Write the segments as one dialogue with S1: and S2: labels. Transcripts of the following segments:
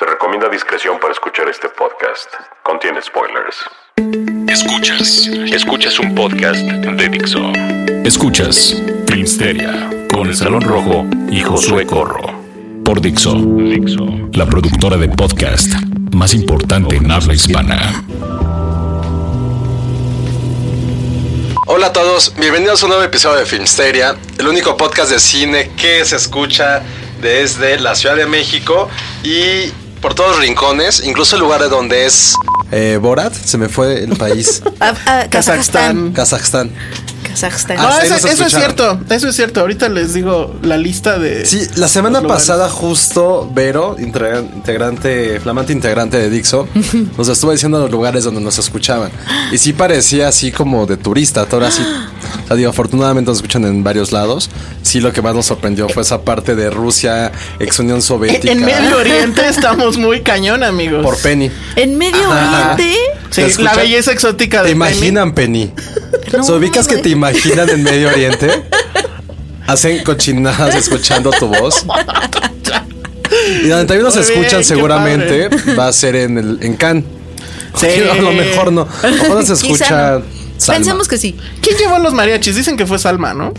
S1: Se recomienda discreción para escuchar este podcast. Contiene spoilers.
S2: Escuchas, escuchas un podcast de Dixo. Escuchas Filmsteria con el Salón Rojo y Josué Corro. Por Dixo, Dixo, la productora de podcast más importante en habla hispana.
S3: Hola a todos, bienvenidos a un nuevo episodio de Filmsteria, el único podcast de cine que se escucha desde la Ciudad de México y por todos los rincones, incluso el lugar donde es eh, Borat, se me fue el país.
S4: Ah, ah, Kazajstán. Kazajstán.
S3: Kazajstán.
S5: No,
S3: Ah, sí,
S5: eso,
S3: nos
S5: eso es
S3: escucharon.
S5: cierto, eso es cierto. Ahorita les digo la lista de.
S3: Sí, la semana
S5: los lugares.
S3: pasada justo Vero, integra- integrante, flamante integrante de Dixo, nos estuvo diciendo los lugares donde nos escuchaban. Y sí parecía así como de turista, todo así. O sea, digo, afortunadamente nos escuchan en varios lados. Sí, lo que más nos sorprendió fue esa parte de Rusia, ex Unión
S5: En,
S3: Soviética.
S5: en Medio Oriente estamos muy cañón, amigos.
S3: Por Penny.
S4: En Medio
S3: Ajá.
S4: Oriente.
S5: Sí,
S3: ¿Te
S5: la
S3: escucha?
S5: belleza exótica
S3: ¿Te
S5: de.
S3: imaginan Penny?
S4: No,
S3: ¿Se ubicas que
S4: güey.
S3: te imaginan en Medio Oriente? Hacen cochinadas escuchando tu voz. Y donde también nos
S5: Muy bien,
S3: escuchan
S5: qué
S3: seguramente va a ser en, el, en Cannes.
S5: Sí.
S3: A lo mejor no. A lo mejor nos
S4: Quizá
S3: escucha
S4: no.
S3: Salma,
S4: Pensemos que sí.
S5: Penny. ¿Quién llevó los mariachis? Dicen que fue Salma, ¿no?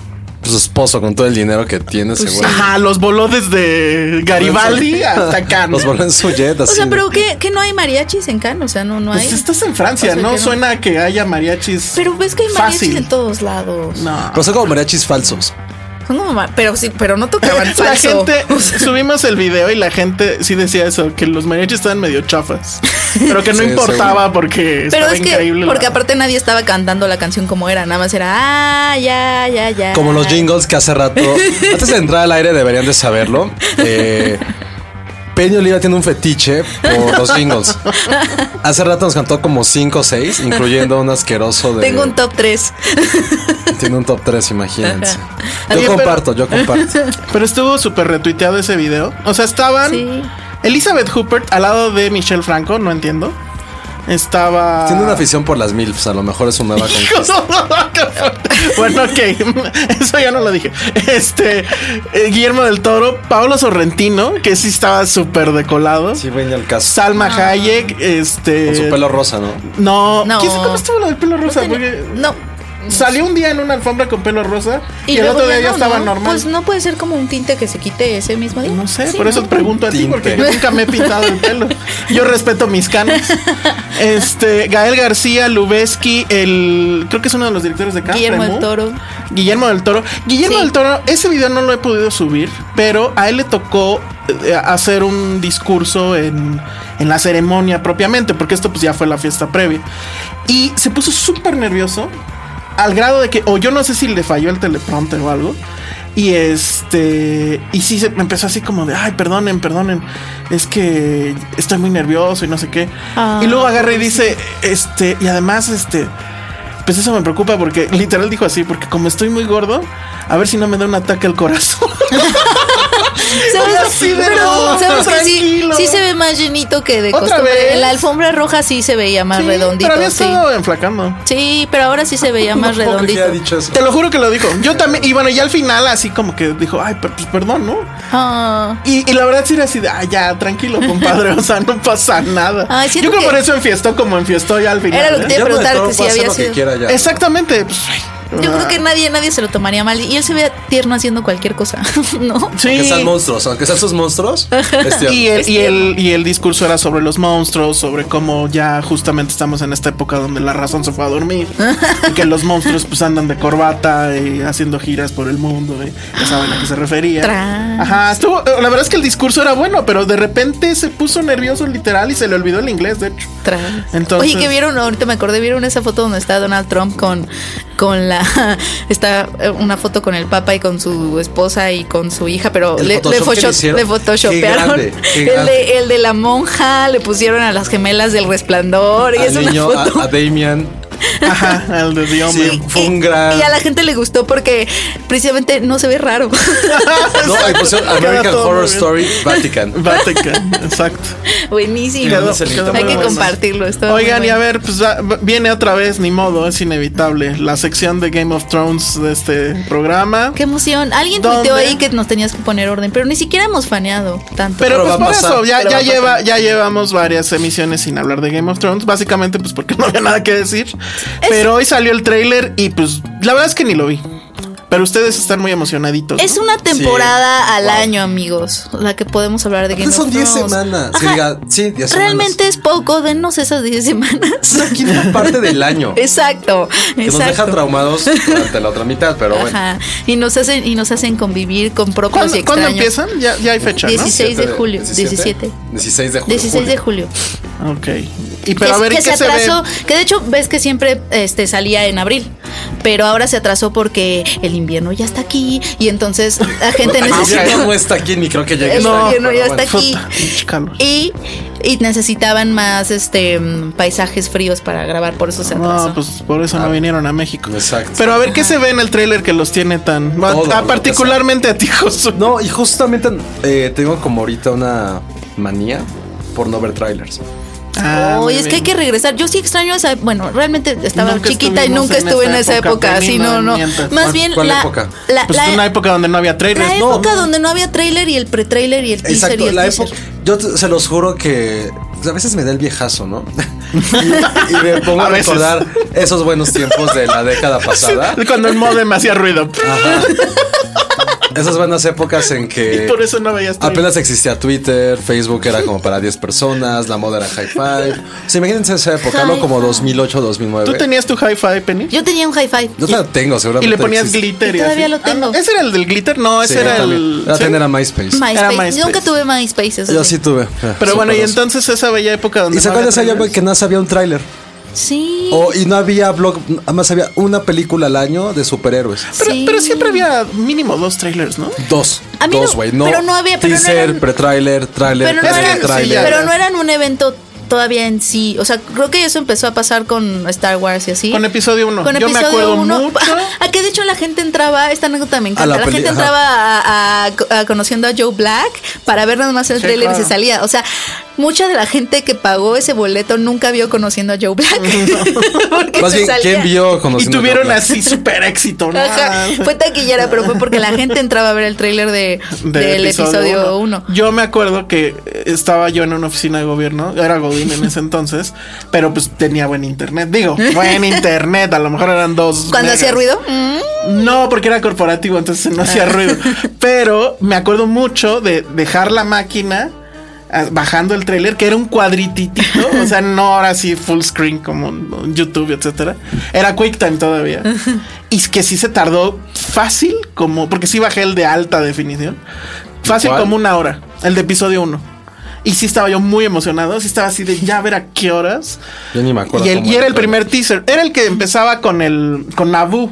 S3: su esposo con todo el dinero que tiene,
S4: Pues
S3: seguro.
S5: Ajá, los voló desde Garibaldi hasta acá. ¿no?
S3: Nos voló en su jet
S4: O
S3: así.
S4: sea, pero que, que no hay mariachis en Cannes, o sea, no, no hay.
S5: Pues estás en Francia,
S4: O sea,
S5: ¿no?
S4: que no.
S5: Suena a que haya mariachis.
S4: Pero ves que hay mariachis
S5: Fácil.
S4: en todos lados.
S5: No.
S3: Pero son como mariachis falsos.
S4: Son como ma- pero sí, pero no tocaban
S5: La
S4: falso.
S5: gente, subimos el video y la gente sí decía eso, que los mariachis estaban medio chafas. Pero que no
S3: Sí,
S5: importaba porque
S4: Pero
S5: estaba
S4: es que,
S5: increíble. la-
S4: porque aparte nadie estaba cantando la canción como era, nada más era, ah, ya, ya, ya.
S3: Como los jingles que hace rato. Antes de entrar al aire deberían de saberlo. Eh, Peña Oliva tiene un fetiche por los jingles. Hace rato nos cantó como 5 o 6, incluyendo un asqueroso de.
S4: Tengo un top 3.
S3: Tiene un top 3, imagínense. Yo
S5: Oye, pero-
S3: comparto, yo comparto.
S5: Pero estuvo súper retuiteado ese video. O sea, estaban
S4: Sí.
S5: Elizabeth Huppert al lado de Michelle Franco, no entiendo. Estaba.
S3: Tiene una afición por las MILFs, a lo mejor es su nueva
S5: Hijo,
S3: conquista.
S5: bueno, ok, eso ya no lo dije. Este eh, Guillermo del Toro, Pablo Sorrentino, que sí estaba súper decolado.
S3: Sí, venía el caso.
S5: Salma Hayek, este.
S3: Con su pelo rosa, ¿no?
S5: No,
S4: No.
S5: ¿Quién sabe cómo estuvo lo del pelo rosa? Porque
S4: No.
S5: salió un día en una alfombra con pelo rosa y, el
S4: luego
S5: otro día ya
S4: no,
S5: estaba
S4: ¿no?
S5: normal.
S4: Pues no puede ser como un tinte que se quite ese mismo día.
S5: No sé,
S4: Sí,
S5: por eso te pregunto a ti,
S3: Tinte.
S5: porque yo nunca me he pintado el pelo. Yo respeto mis canas. Este, Gael García, Lubeski, el. Creo que es uno de los directores de Cannes.
S4: Guillermo del
S5: Remú.
S4: Toro.
S5: Guillermo del Toro. Guillermo
S4: Sí.
S5: del Toro, ese video no lo he podido subir, pero a él le tocó eh, hacer un discurso en, en la ceremonia propiamente, porque esto pues ya fue la fiesta previa. Y se puso súper nervioso, al grado de que, o yo no sé si le falló el teleprompter o algo. Y este, y sí, se me empezó así como de, ay, perdonen, perdonen, es que estoy muy nervioso y no sé qué.
S4: Ah,
S5: y luego agarra y dice, este, y además, este, pues eso me preocupa porque literal dijo así, porque como estoy muy gordo, a ver si no me da un ataque al corazón.
S4: ¿Sabes,
S5: Así de
S4: pero,
S5: no,
S4: ¿sabes que sí,
S5: tranquilo.
S4: sí se ve más llenito que de
S5: ¿Otra
S4: costumbre?
S5: vez?
S4: En la alfombra roja sí se veía más
S5: Sí,
S4: redondito.
S5: Pero había
S4: sí.
S5: estado enflacando.
S4: Sí, pero ahora sí se veía más
S3: No puedo creer que
S4: redondito.
S3: haya dicho eso.
S5: Te lo juro que lo dijo. Yo también, y bueno, ya al final así como que dijo, ay, per- pues perdón, ¿no?
S4: Ah,
S5: Y, y la verdad sí era así de, ay, ya, tranquilo, compadre, o sea, no pasa nada.
S4: Ay, siento
S5: Yo creo
S4: que-
S5: por eso enfiestó como enfiestó ya al final.
S4: Era lo que
S5: ¿eh?
S4: te iba a
S3: Guillermo del
S4: preguntar
S3: Toro
S4: que si
S3: puede hacer
S4: había
S3: lo que
S4: sido.
S3: quiera ya.
S5: Exactamente. pues, ay, Yo creo que nadie, nadie se lo tomaría mal. Y él se ve tierno haciendo cualquier cosa, ¿no?
S3: Que
S2: Sí.
S3: sean monstruos, aunque sean sus monstruos. es tierno.
S2: Y el, y, el, y el discurso era sobre los monstruos, sobre cómo ya justamente estamos en esta época donde la razón se fue a dormir y que los monstruos pues andan de corbata y haciendo giras por el mundo. y ya saben a qué se refería.
S5: Tras.
S2: Ajá, estuvo. La verdad es que el discurso era bueno, pero de repente se puso nervioso literal y se le olvidó el inglés, de hecho.
S5: Tras.
S2: Entonces-
S5: Oye, que vieron, ahorita me acordé, vieron esa foto donde está Donald Trump con, con la. Está eh, una foto con el Papa y con su esposa y con su hija, pero
S3: ¿El
S5: le, le,
S3: Photoshop que le
S5: photosho-
S3: hicieron?
S5: le photoshopearon.
S3: Qué grande, qué
S5: el,
S3: grande.
S5: de, el de la monja, le pusieron a las gemelas del resplandor. Y es
S3: Al niño,
S5: una foto.
S3: a, a Damian.
S2: Ajá, el de Dios
S3: Sí, fue un gran.
S5: Y a la gente le gustó porque precisamente no se ve raro.
S3: No, ahí pusieron American
S2: todo muy
S3: Horror
S2: bien.
S3: Story Vatican.
S2: Vatican, exacto.
S5: Buenísimo.
S3: Quedó- quedó
S5: Hay
S3: muy
S5: que
S3: bueno.
S5: compartirlo. está muy
S2: Oigan, y
S5: bueno.
S2: a ver, pues va- va- viene otra vez, ni modo, es inevitable. La sección de Game of Thrones de este programa.
S5: Qué emoción. Alguien
S2: ¿Dónde?
S5: tuiteó ahí que nos tenías que poner orden, pero ni siquiera hemos faneado tanto.
S2: Pero,
S3: Pero
S2: pues
S3: va a
S2: por
S3: pasar.
S2: eso, ya,
S5: Pero
S2: ya
S5: va a
S2: lleva,
S5: pasar.
S2: ya llevamos varias emisiones sin hablar de Game of Thrones, básicamente pues porque no había nada que decir. Pero hoy salió el tráiler y pues la verdad es que ni lo vi. Pero ustedes están muy emocionaditos.
S5: es
S2: ¿no?
S5: una temporada al año, amigos, la que podemos hablar de Game
S3: Pues Son
S5: of
S3: 10
S5: Thrones.
S3: semanas. Sí,
S5: Ajá.
S3: diga, sí, 10 semanas.
S5: Realmente es poco, dennos esas 10
S3: Es
S5: semanas.
S3: una quinta parte del año.
S5: exacto,
S3: Que nos deja
S5: exacto.
S3: traumados durante la otra mitad, pero bueno.
S5: Ajá. Y nos hacen y nos hacen convivir con propios
S2: ¿Cuándo,
S5: y
S2: cuándo
S5: extraños.
S2: empiezan? Ya, ya hay fecha, ¿no?
S5: 16. 16 de julio, 17.
S3: 16 de julio.
S5: 16 de julio.
S2: Ok. Y pero
S5: que,
S2: a ver
S5: que
S2: ¿y
S5: se
S2: qué se ve.
S5: atrasó, que de hecho ves que siempre este salía en abril, pero ahora se atrasó porque el invierno ya está aquí y entonces la gente
S3: Ay, mira,
S5: necesita
S3: Ah, ya no está aquí ni creo que llegue.
S5: El
S3: No,
S5: invierno
S3: pero
S5: ya
S3: bueno.
S5: está aquí.
S2: Puta, pinche calor.
S5: Y, y necesitaban más este mm, paisajes fríos para grabar, por eso se atrasó.
S2: No, pues por eso no vinieron a México.
S3: Exacto.
S2: Pero a ver qué se ve en el tráiler que los tiene tan. va-
S3: Todo,
S2: ah,
S3: lo que
S2: particularmente a ti, Josué.
S3: No, y justamente eh, tengo como ahorita una manía por no ver trailers.
S2: Ah, muy
S5: Oye, es que hay
S2: bien.
S5: que regresar. Yo sí extraño esa. Bueno, realmente estaba
S2: Nunca
S5: chiquita y
S2: estuvimos
S5: nunca
S2: en
S5: estuve en
S2: esa
S5: esa
S2: época,
S5: época.
S2: ni
S5: Sí, no, no.
S2: mientas.
S5: Más
S3: ¿Cuál-
S5: bien
S3: cuál
S5: la,
S3: época?
S5: la-
S2: Pues
S5: la-
S2: una época donde no había trailers,
S5: la
S2: ¿no?
S5: época donde no había trailer y el pre-trailer y el teaser
S3: Exacto,
S5: y el
S3: la
S5: teaser.
S3: época. Yo te- se los juro que pues, a veces me da el viejazo, ¿no? y, y me pongo
S2: A
S3: a,
S2: veces.
S3: recordar esos buenos tiempos de la década pasada.
S2: Cuando el modem hacía ruido.
S3: Esas buenas épocas en que.
S2: Y por eso no veías trailers.
S3: Apenas existía Twitter, Facebook era como para 10 personas, la moda era high five. O sea, imagínense esa época, algo como 2008, 2009.
S2: ¿Tú tenías tu hi-fi, Penny?
S5: Yo tenía un hi-fi.
S3: Yo la tengo,
S2: Y
S3: seguramente.
S2: le ponías
S3: existe.
S2: glitter.
S5: Y todavía
S2: así.
S5: lo tengo.
S2: Ah, no, ¿Ese era el del glitter? No, ese
S3: Sí,
S2: era
S3: también.
S2: el.
S3: La
S2: ¿sí?
S3: tener a MySpace.
S5: MySpace.
S2: Era MySpace.
S5: Nunca tuve MySpace. eso
S3: Yo
S5: sí.
S3: sí tuve.
S2: Pero bueno, y
S3: entonces
S2: entonces esa bella época donde.
S3: ¿Y se
S2: no
S3: acuerdan de
S2: había Oh,
S3: esa época
S2: trailers?
S3: que nada había un tráiler?
S5: Sí.
S3: O, y no había blog, además había una película al año de superhéroes.
S2: Pero,
S5: Sí.
S2: pero siempre había mínimo dos trailers, ¿no?
S3: Dos.
S5: A mí
S3: dos,
S5: no-
S3: güey.
S5: pero no había- pero no
S3: Teaser,
S5: eran-
S3: pre-trailer, trailer,
S5: pero no,
S2: es que
S5: eran,
S2: sí,
S3: trailer.
S2: ya-
S5: pero no eran un evento todavía en sí. O sea, creo que eso empezó a pasar con Star Wars y así.
S2: Con episodio uno. Yo me acuerdo
S5: uno.
S2: mucho.
S5: A que de hecho la gente entraba, esta anécdota me encanta.
S3: A la
S5: La,
S3: peli-
S5: gente
S3: ajá.
S5: entraba a, a- a conociendo a Joe Black para ver nada más el
S2: Sí,
S5: trailer y
S2: claro.
S5: se salía. O sea, mucha de la gente que pagó ese boleto nunca vio conociendo a Joe Black. Porque
S3: Más
S5: se
S3: bien,
S5: salía.
S3: ¿quién vio
S2: Y
S3: conociendo
S2: tuvieron
S3: a Joe Black?
S2: así súper éxito, ¿no?
S5: Ajá, Fue taquillera, pero fue porque la gente entraba a ver el trailer de, del episodio 1.
S2: Yo me acuerdo que estaba yo en una oficina de gobierno, era Godín en ese entonces, pero pues tenía buen internet. Digo, buen internet, a lo mejor eran dos.
S5: Cuando
S2: megas.
S5: hacía ruido, Ah. mm,
S2: No, porque era corporativo, entonces no hacía ruido. Pero me acuerdo mucho de dejar la máquina ah, bajando el trailer, que era un cuadrititito, o sea, no ahora sí full screen como en YouTube, etcétera. Era QuickTime todavía. Y es que sí se tardó fácil, como, porque sí bajé el de alta definición. Fácil
S3: ¿Cuál?
S2: como una hora, el de episodio 1. Y sí estaba yo muy emocionado, sí estaba así de ya a ver a qué horas.
S3: Yo ni me acuerdo
S2: Y, el-
S3: cómo
S2: y
S3: era
S2: era
S3: el
S2: el primer teaser, era el que empezaba con el con Nabu.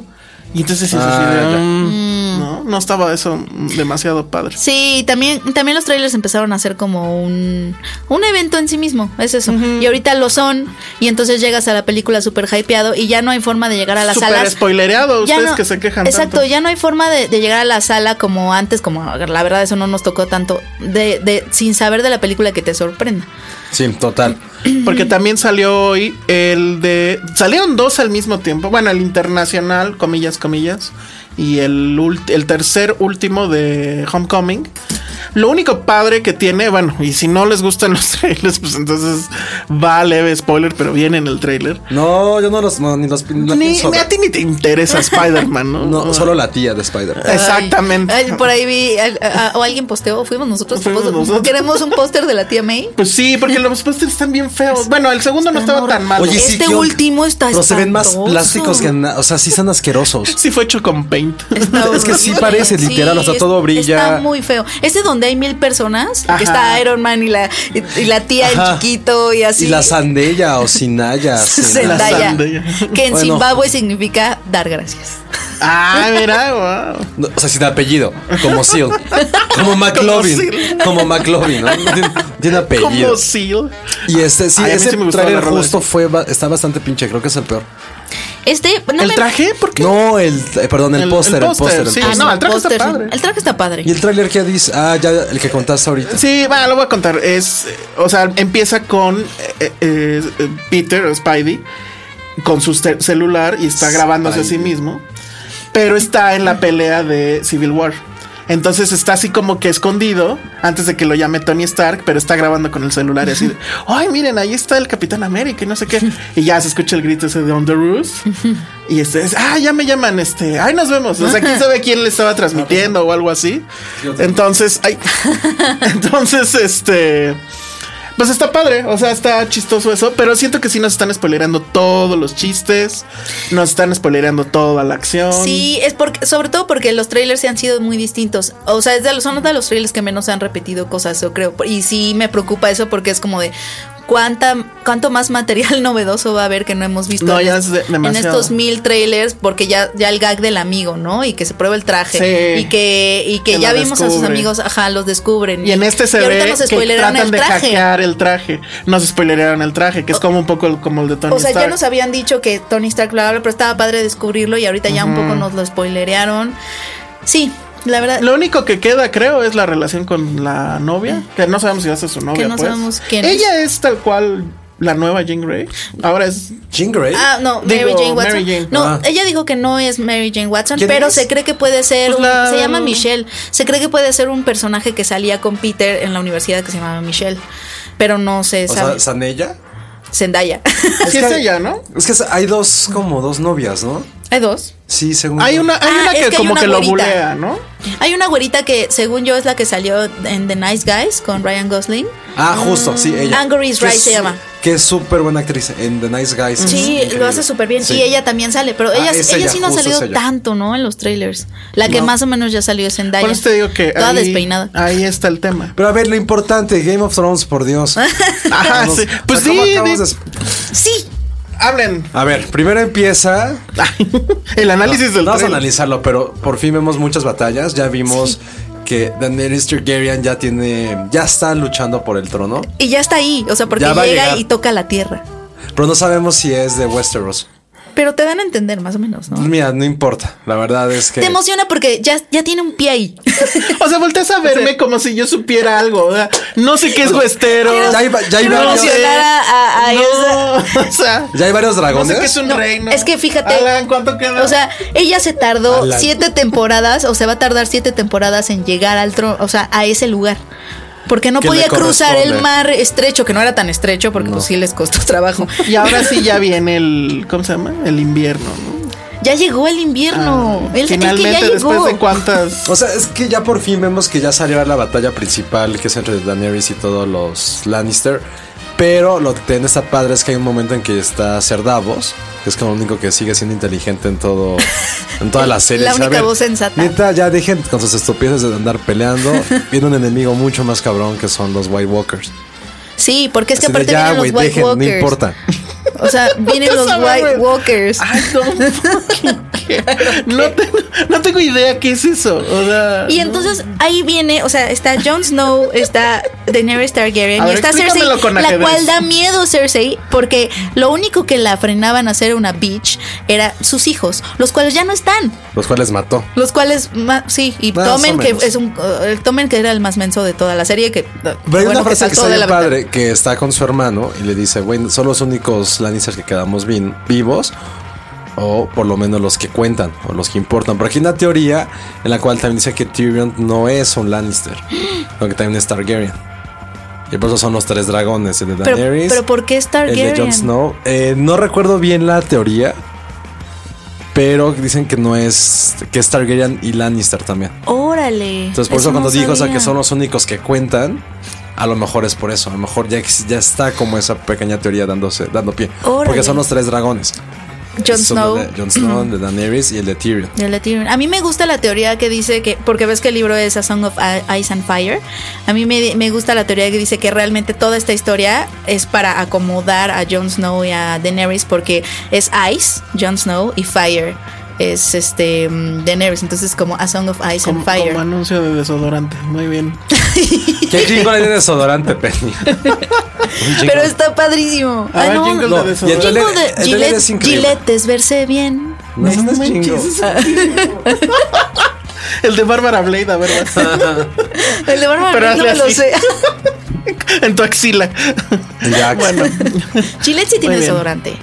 S2: Y entonces sí, sí, sí,
S3: Ah,
S2: de,
S3: ya.
S2: mm, no, no estaba eso mm, demasiado padre.
S5: Sí, también, también los trailers empezaron a ser como un, un evento en sí mismo, es eso. Y ahorita lo son, y entonces llegas a la película súper hypeado y ya no hay forma de llegar a las
S2: Súper
S5: salas.
S2: spoilereado, ustedes que se quejan
S5: Exacto,
S2: tanto.
S5: ya no hay forma de, de llegar a la sala como antes, como la verdad eso no nos tocó tanto, de, de sin saber de la película que te sorprenda.
S3: Sí, total.
S2: Porque también salió hoy el de salieron dos al mismo tiempo, bueno, el internacional, comillas, comillas, y el, ult- el tercer último de Homecoming. Lo único padre que tiene, bueno, y si no les gustan los trailers, pues entonces va leve spoiler, pero viene en el trailer.
S3: No, yo no los. no, ni los pin- no
S2: Ni,
S3: pienso
S2: a
S3: ver.
S2: ti ni te interesa Spider-Man, ¿no?
S3: No, solo la tía de Spider.
S2: Ah, Exactamente.
S5: Ay, por ahí vi, al- a- o alguien posteó, fuimos nosotros.
S2: Fuimos
S5: fuimos-
S2: nosotros.
S5: Queremos un póster de la tía May.
S2: Pues sí, porque los pósters están bien feos. Bueno, el segundo no estaba tan malo.
S5: Oye, Este
S3: ¿qué onda?
S5: último está
S3: Pero se ven más
S5: espantoso.
S3: plásticos que. na- O sea, sí están asquerosos.
S2: sí fue hecho con paint.
S5: Está
S3: Es que sí
S5: horrible.
S3: parece, literal, o sea,
S5: es-
S3: todo brilla.
S5: Está muy feo. Ese donde hay mil personas,
S2: Ajá.
S5: que está Iron Man y la, y, y la tía,
S3: Ajá.
S5: el chiquito y así.
S3: Y la sandella o sinaya.
S2: La
S5: Zendaya,
S2: Zendaya.
S5: que en
S3: Bueno.
S5: Zimbabue significa dar gracias.
S2: Ah, mira, wow.
S3: No, o sea, sin apellido, como Seal. Como McLovin. Como McLovin, ¿no? No Tiene, tiene apellido.
S2: Como Seal.
S3: Y este, sí,
S2: Ay, a mí
S3: ese
S2: sí me gustaba
S3: trailer
S2: la rola.
S3: justo fue, ba- está bastante pinche, creo que es el peor.
S5: Este, no
S2: ¿El
S5: me-
S2: traje? ¿Por qué?
S3: No, el, eh, perdón, el
S2: El-
S3: póster,
S2: el
S3: el póster. el
S2: póster, sí.
S5: Ah,
S3: póster.
S5: no,
S2: No,
S5: el traje está padre. El traje está padre.
S3: ¿Y el trailer qué dice? Ah, ya, el que contaste ahorita.
S2: Sí, bueno, lo voy a contar. Es, eh, o sea, empieza con eh, eh, eh, Peter o Spidey con su ce- celular y está grabándose a sí
S3: Spidey.
S2: mismo, pero está en la pelea de Civil War. Entonces está así como que escondido antes de que lo llame Tony Stark, pero está grabando con el celular y así. de, Ay, miren, ahí está el Capitán América y no sé qué. Y ya se escucha el grito ese de On the Roof. Y este es, ah, ya me llaman, este, ay, nos vemos. O sea, quién sabe quién le estaba transmitiendo o algo así. Entonces, ay, entonces, este. Pues está padre, o sea, está chistoso eso, pero siento que sí nos están spoilerando todos los chistes, nos están spoilerando toda la acción.
S5: Sí, es porque, sobre todo porque los trailers se han sido muy distintos. O sea, es de los, son de los trailers que menos se han repetido cosas, yo creo. Y sí me preocupa eso porque es como de cuánta, cuánto más material novedoso va a haber que no hemos visto
S2: No,
S5: en,
S2: ya
S5: es-
S2: es de-
S5: en
S2: demasiado.
S5: estos mil trailers, porque ya, ya el gag del amigo, ¿no? Y que se prueba el traje.
S2: Sí.
S5: Y que, y que,
S2: Que
S5: ya
S2: lo
S5: vimos a sus
S2: descubren.
S5: amigos, ajá, los descubren.
S2: Y en este se
S5: Y ahorita
S2: ve
S5: nos
S2: que
S5: spoileraron
S2: tratan
S5: el
S2: de
S5: traje.
S2: hackear el traje. Nos spoileraron el traje, que es como un poco el- como el de Tony
S5: O sea, ya
S2: Stark.
S5: nos habían dicho que Tony Stark, bla, bla, bla, pero estaba padre descubrirlo y ahorita ya un poco nos lo spoilerearon. Sí, la verdad.
S2: Lo único que queda, creo, es la relación con la novia, que no sabemos si va a ser su novia.
S5: no
S2: pues.
S5: sabemos quién es.
S2: Ella es. tal cual la nueva Jean Grey. Ahora es.
S3: Jean Grey.
S5: Ah, no,
S2: Digo,
S5: Mary Jane Watson.
S2: Mary Jane.
S5: No,
S3: Ah.
S5: ella dijo que no es Mary Jane Watson,
S3: ¿Quién
S5: pero
S3: es?
S5: se cree que puede ser.
S2: Pues
S5: un-
S2: la-
S5: Se llama Michelle. Se cree que puede ser un personaje que salía con Peter en la universidad que se llamaba Michelle. Pero no se
S3: o
S5: sabe.
S3: sea, Sanella.
S5: Zendaya.
S2: Sí, es ella, ¿no?
S3: Es que hay dos, como dos novias, ¿no?
S5: Hay dos.
S3: Sí, según.
S2: Hay una, hay
S5: Ah,
S2: una
S5: es
S2: que,
S5: que hay
S2: como
S5: una
S2: que lo
S5: güerita.
S2: bulea, ¿no?
S5: Hay una güerita que, según yo, es la que salió en The Nice Guys con Ryan Gosling.
S3: Ah, justo, sí, ella.
S5: Anger is
S3: Que
S5: Right
S3: es-
S5: se llama.
S3: Que es súper buena actriz en The Nice Guys.
S5: Sí,
S3: Es
S5: lo
S3: increíble.
S5: hace súper bien.
S3: Sí.
S5: Y ella también sale, pero
S3: Ah,
S5: ella,
S3: es
S5: ella
S3: ella,
S5: sí no ha
S3: justo es
S5: salido
S3: ella.
S5: tanto, ¿no? En los trailers. La que
S3: No.
S5: más o menos ya salió es Zendaya.
S2: Por eso te digo que.
S5: Toda
S2: ahí-
S5: despeinada.
S3: ah.
S2: Ahí está el tema.
S3: Pero a ver, lo importante, Game of Thrones, por Dios.
S2: Ajá,
S3: Nos-
S2: sí.
S3: o sea,
S2: Pues
S3: ¿cómo
S2: sí,
S3: acabamos
S2: di-
S3: de-
S5: Sí,
S2: hablen.
S3: A ver, primero empieza.
S2: el análisis del
S3: Vamos a
S2: trailer.
S3: analizarlo, pero por fin vemos muchas batallas. Ya vimos que Daenerys Targaryen ya tiene. Ya está luchando por el trono.
S5: y ya está ahí, o sea, porque
S3: Ya va a
S5: llega
S3: llegar.
S5: y toca la tierra.
S3: Pero no sabemos si es de Westeros.
S5: Pero te dan a entender más o menos, ¿no?
S3: Mira, no importa. La verdad es que.
S5: Te emociona porque ya, ya tiene un pie ahí.
S2: O sea, volteas a verme como si yo supiera algo. o sea, No sé qué es Westeros.
S3: Ya hay va- ya hay
S2: no
S3: varios-
S2: sé.
S5: emocionar a- a- a
S2: No,
S5: Elsa.
S2: o sea,
S3: Ya hay varios
S2: no sé
S3: dragones.
S2: qué es un
S5: No,
S2: reino.
S5: es que fíjate-
S2: Alan, ¿cuánto queda?
S5: O sea, ella se tardó
S3: Alan.
S5: siete temporadas, o se va a tardar siete temporadas en llegar al trono, o sea, a ese lugar. Porque no
S3: Que le
S5: podía cruzar
S3: corresponde.
S5: el mar estrecho, que no era tan estrecho, porque pues sí les costó trabajo.
S2: y ahora sí ya viene el. ¿Cómo se llama? El invierno. ¿no?
S5: Ya llegó el invierno.
S2: Ah,
S5: Él- él que
S2: Finalmente,
S5: ya llegó.
S2: después de cuántas.
S3: O sea, es que ya por fin vemos que ya salió la batalla principal que es entre Daenerys y todos los Lannister. Pero lo que tiene esta padre es que hay un momento en que está Ser Davos, que es como el único que sigue siendo inteligente en todo, en toda la serie.
S5: La
S3: Dice, "A
S5: única
S3: ver,
S5: voz sensata".
S3: Neta, ya dejen con sus estupideces de andar peleando. Viene un enemigo mucho más cabrón que son los White Walkers.
S5: Sí, porque es que
S3: Así de,
S5: aparte
S3: ya,
S5: vienen los
S3: güey,
S5: White
S3: dejen,
S5: Walkers.
S3: no importa.
S5: O sea, vienen los
S2: Esa
S5: White
S2: madre.
S5: Walkers.
S2: Ay, no. fucking care. No tengo, no tengo idea qué es eso. O sea,
S5: Y entonces ahí viene, o sea, está Jon Snow, está Daenerys Targaryen
S2: A
S5: y
S2: ver,
S5: está Cersei,
S2: explícamelo con
S5: la
S2: ajedrez.
S5: cual da miedo Cersei porque lo único que la frenaban a ser una bitch era sus hijos, los cuales ya no están,
S3: Los cuales mató.
S5: los cuales ma- sí y
S3: Más o
S5: Tomen que
S3: menos.
S5: es un eh, Tomen que era el más menso de toda la serie que uh,
S3: Pero hay
S5: bueno,
S3: una frase que,
S5: saltó de
S3: sale
S5: la ventana.
S3: padre que está con su hermano y le dice, güey, son los únicos Lannisters que quedamos bien vivos. o por lo menos los que cuentan o los que importan. Porque hay una teoría en la cual también dice que Tyrion no es un Lannister, sino que también es Targaryen. Y por eso son los tres dragones, el de
S5: Pero,
S3: Daenerys,
S5: pero ¿por qué es
S3: el
S5: Targaryen?
S3: de Jon Snow. Eh, no recuerdo bien la teoría, pero dicen que no es, que es Targaryen y Lannister también.
S5: Órale.
S3: Entonces, por eso,
S5: no
S3: cuando dijo, o sea,
S5: sabía.
S3: que son los únicos que cuentan, a lo mejor es por eso. A lo mejor ya, ex- ya está como esa pequeña teoría dándose, dando pie.
S5: Órale.
S3: Porque son los tres dragones.
S5: Jon
S3: Son
S5: Snow.
S3: el de Jon Snow, el de Daenerys y el de Tyrion.
S5: Ya la tienen. A mí me gusta la teoría que dice que, porque ves que el libro es A Song of I- Ice and Fire, a mí me, me gusta la teoría que dice que realmente toda esta historia es para acomodar a Jon Snow y a Daenerys porque es Ice, Jon Snow y Fire es este mm, Daenerys, entonces como A Song of Ice
S2: Como,
S5: and Fire.
S2: como anuncio de desodorante. Muy bien.
S3: ¿Qué chingo hay de desodorante, Penny?
S5: Pero está padrísimo. Ah,
S2: A ver, jingle de
S3: no,
S2: desodorante.
S3: y el
S5: Jingle
S3: trailer- el
S5: de
S3: trailer
S5: Gillette,
S3: es increíble.
S5: Gillette, desverse bien.
S3: No, eso no es chingo.
S2: El de Bárbara Blade, a ver, vas.
S5: El de Bárbara
S2: Pero
S5: Blake no me
S2: hazle
S5: lo
S2: así.
S5: sé.
S2: en tu axila.
S3: Ya,
S2: Bueno,
S5: Gillette sí tiene
S2: bien.
S5: desodorante.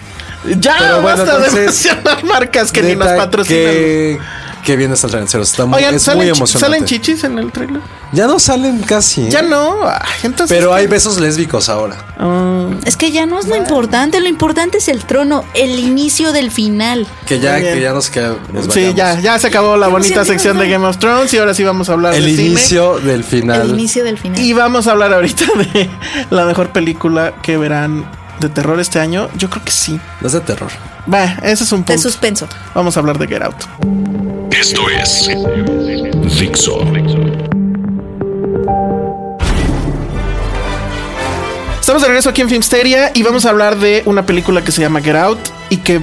S2: ya
S3: Pero bueno,
S2: basta
S3: entonces,
S2: de mencionar marcas que ni nos
S3: neta,
S2: patrocinan.
S3: Que, que bien está el trailer. Está muy,
S2: Oigan,
S3: es
S2: ¿salen,
S3: muy
S2: chi-
S3: emocionante.
S2: ¿salen chichis en el trailer?
S3: Ya no salen casi. ¿eh?
S2: Ya no. ay, entonces,
S3: Pero hay
S2: ¿qué?
S3: besos lésbicos ahora.
S2: Ah.
S5: Es que ya no es lo importante, lo importante es el trono, el inicio del final.
S3: Que ya,
S2: Muy bien.
S3: que ya nos queda. nos
S2: Sí,
S3: vayamos.
S2: ya, ya se acabó la bonita
S5: emoción,
S2: sección de Game of Thrones y ahora sí vamos a hablar
S3: El
S2: de cine.
S3: inicio del final.
S5: El inicio del final.
S2: Y vamos a hablar ahorita de la mejor película que verán de terror este año. Yo creo que sí.
S3: No es de terror.
S2: Va, ese es un
S5: de
S2: punto.
S5: suspenso.
S2: Vamos a hablar de Get Out.
S1: Esto es Dixo.
S2: Estamos de regreso aquí en Filmsteria y vamos a hablar de una película que se llama Get Out y que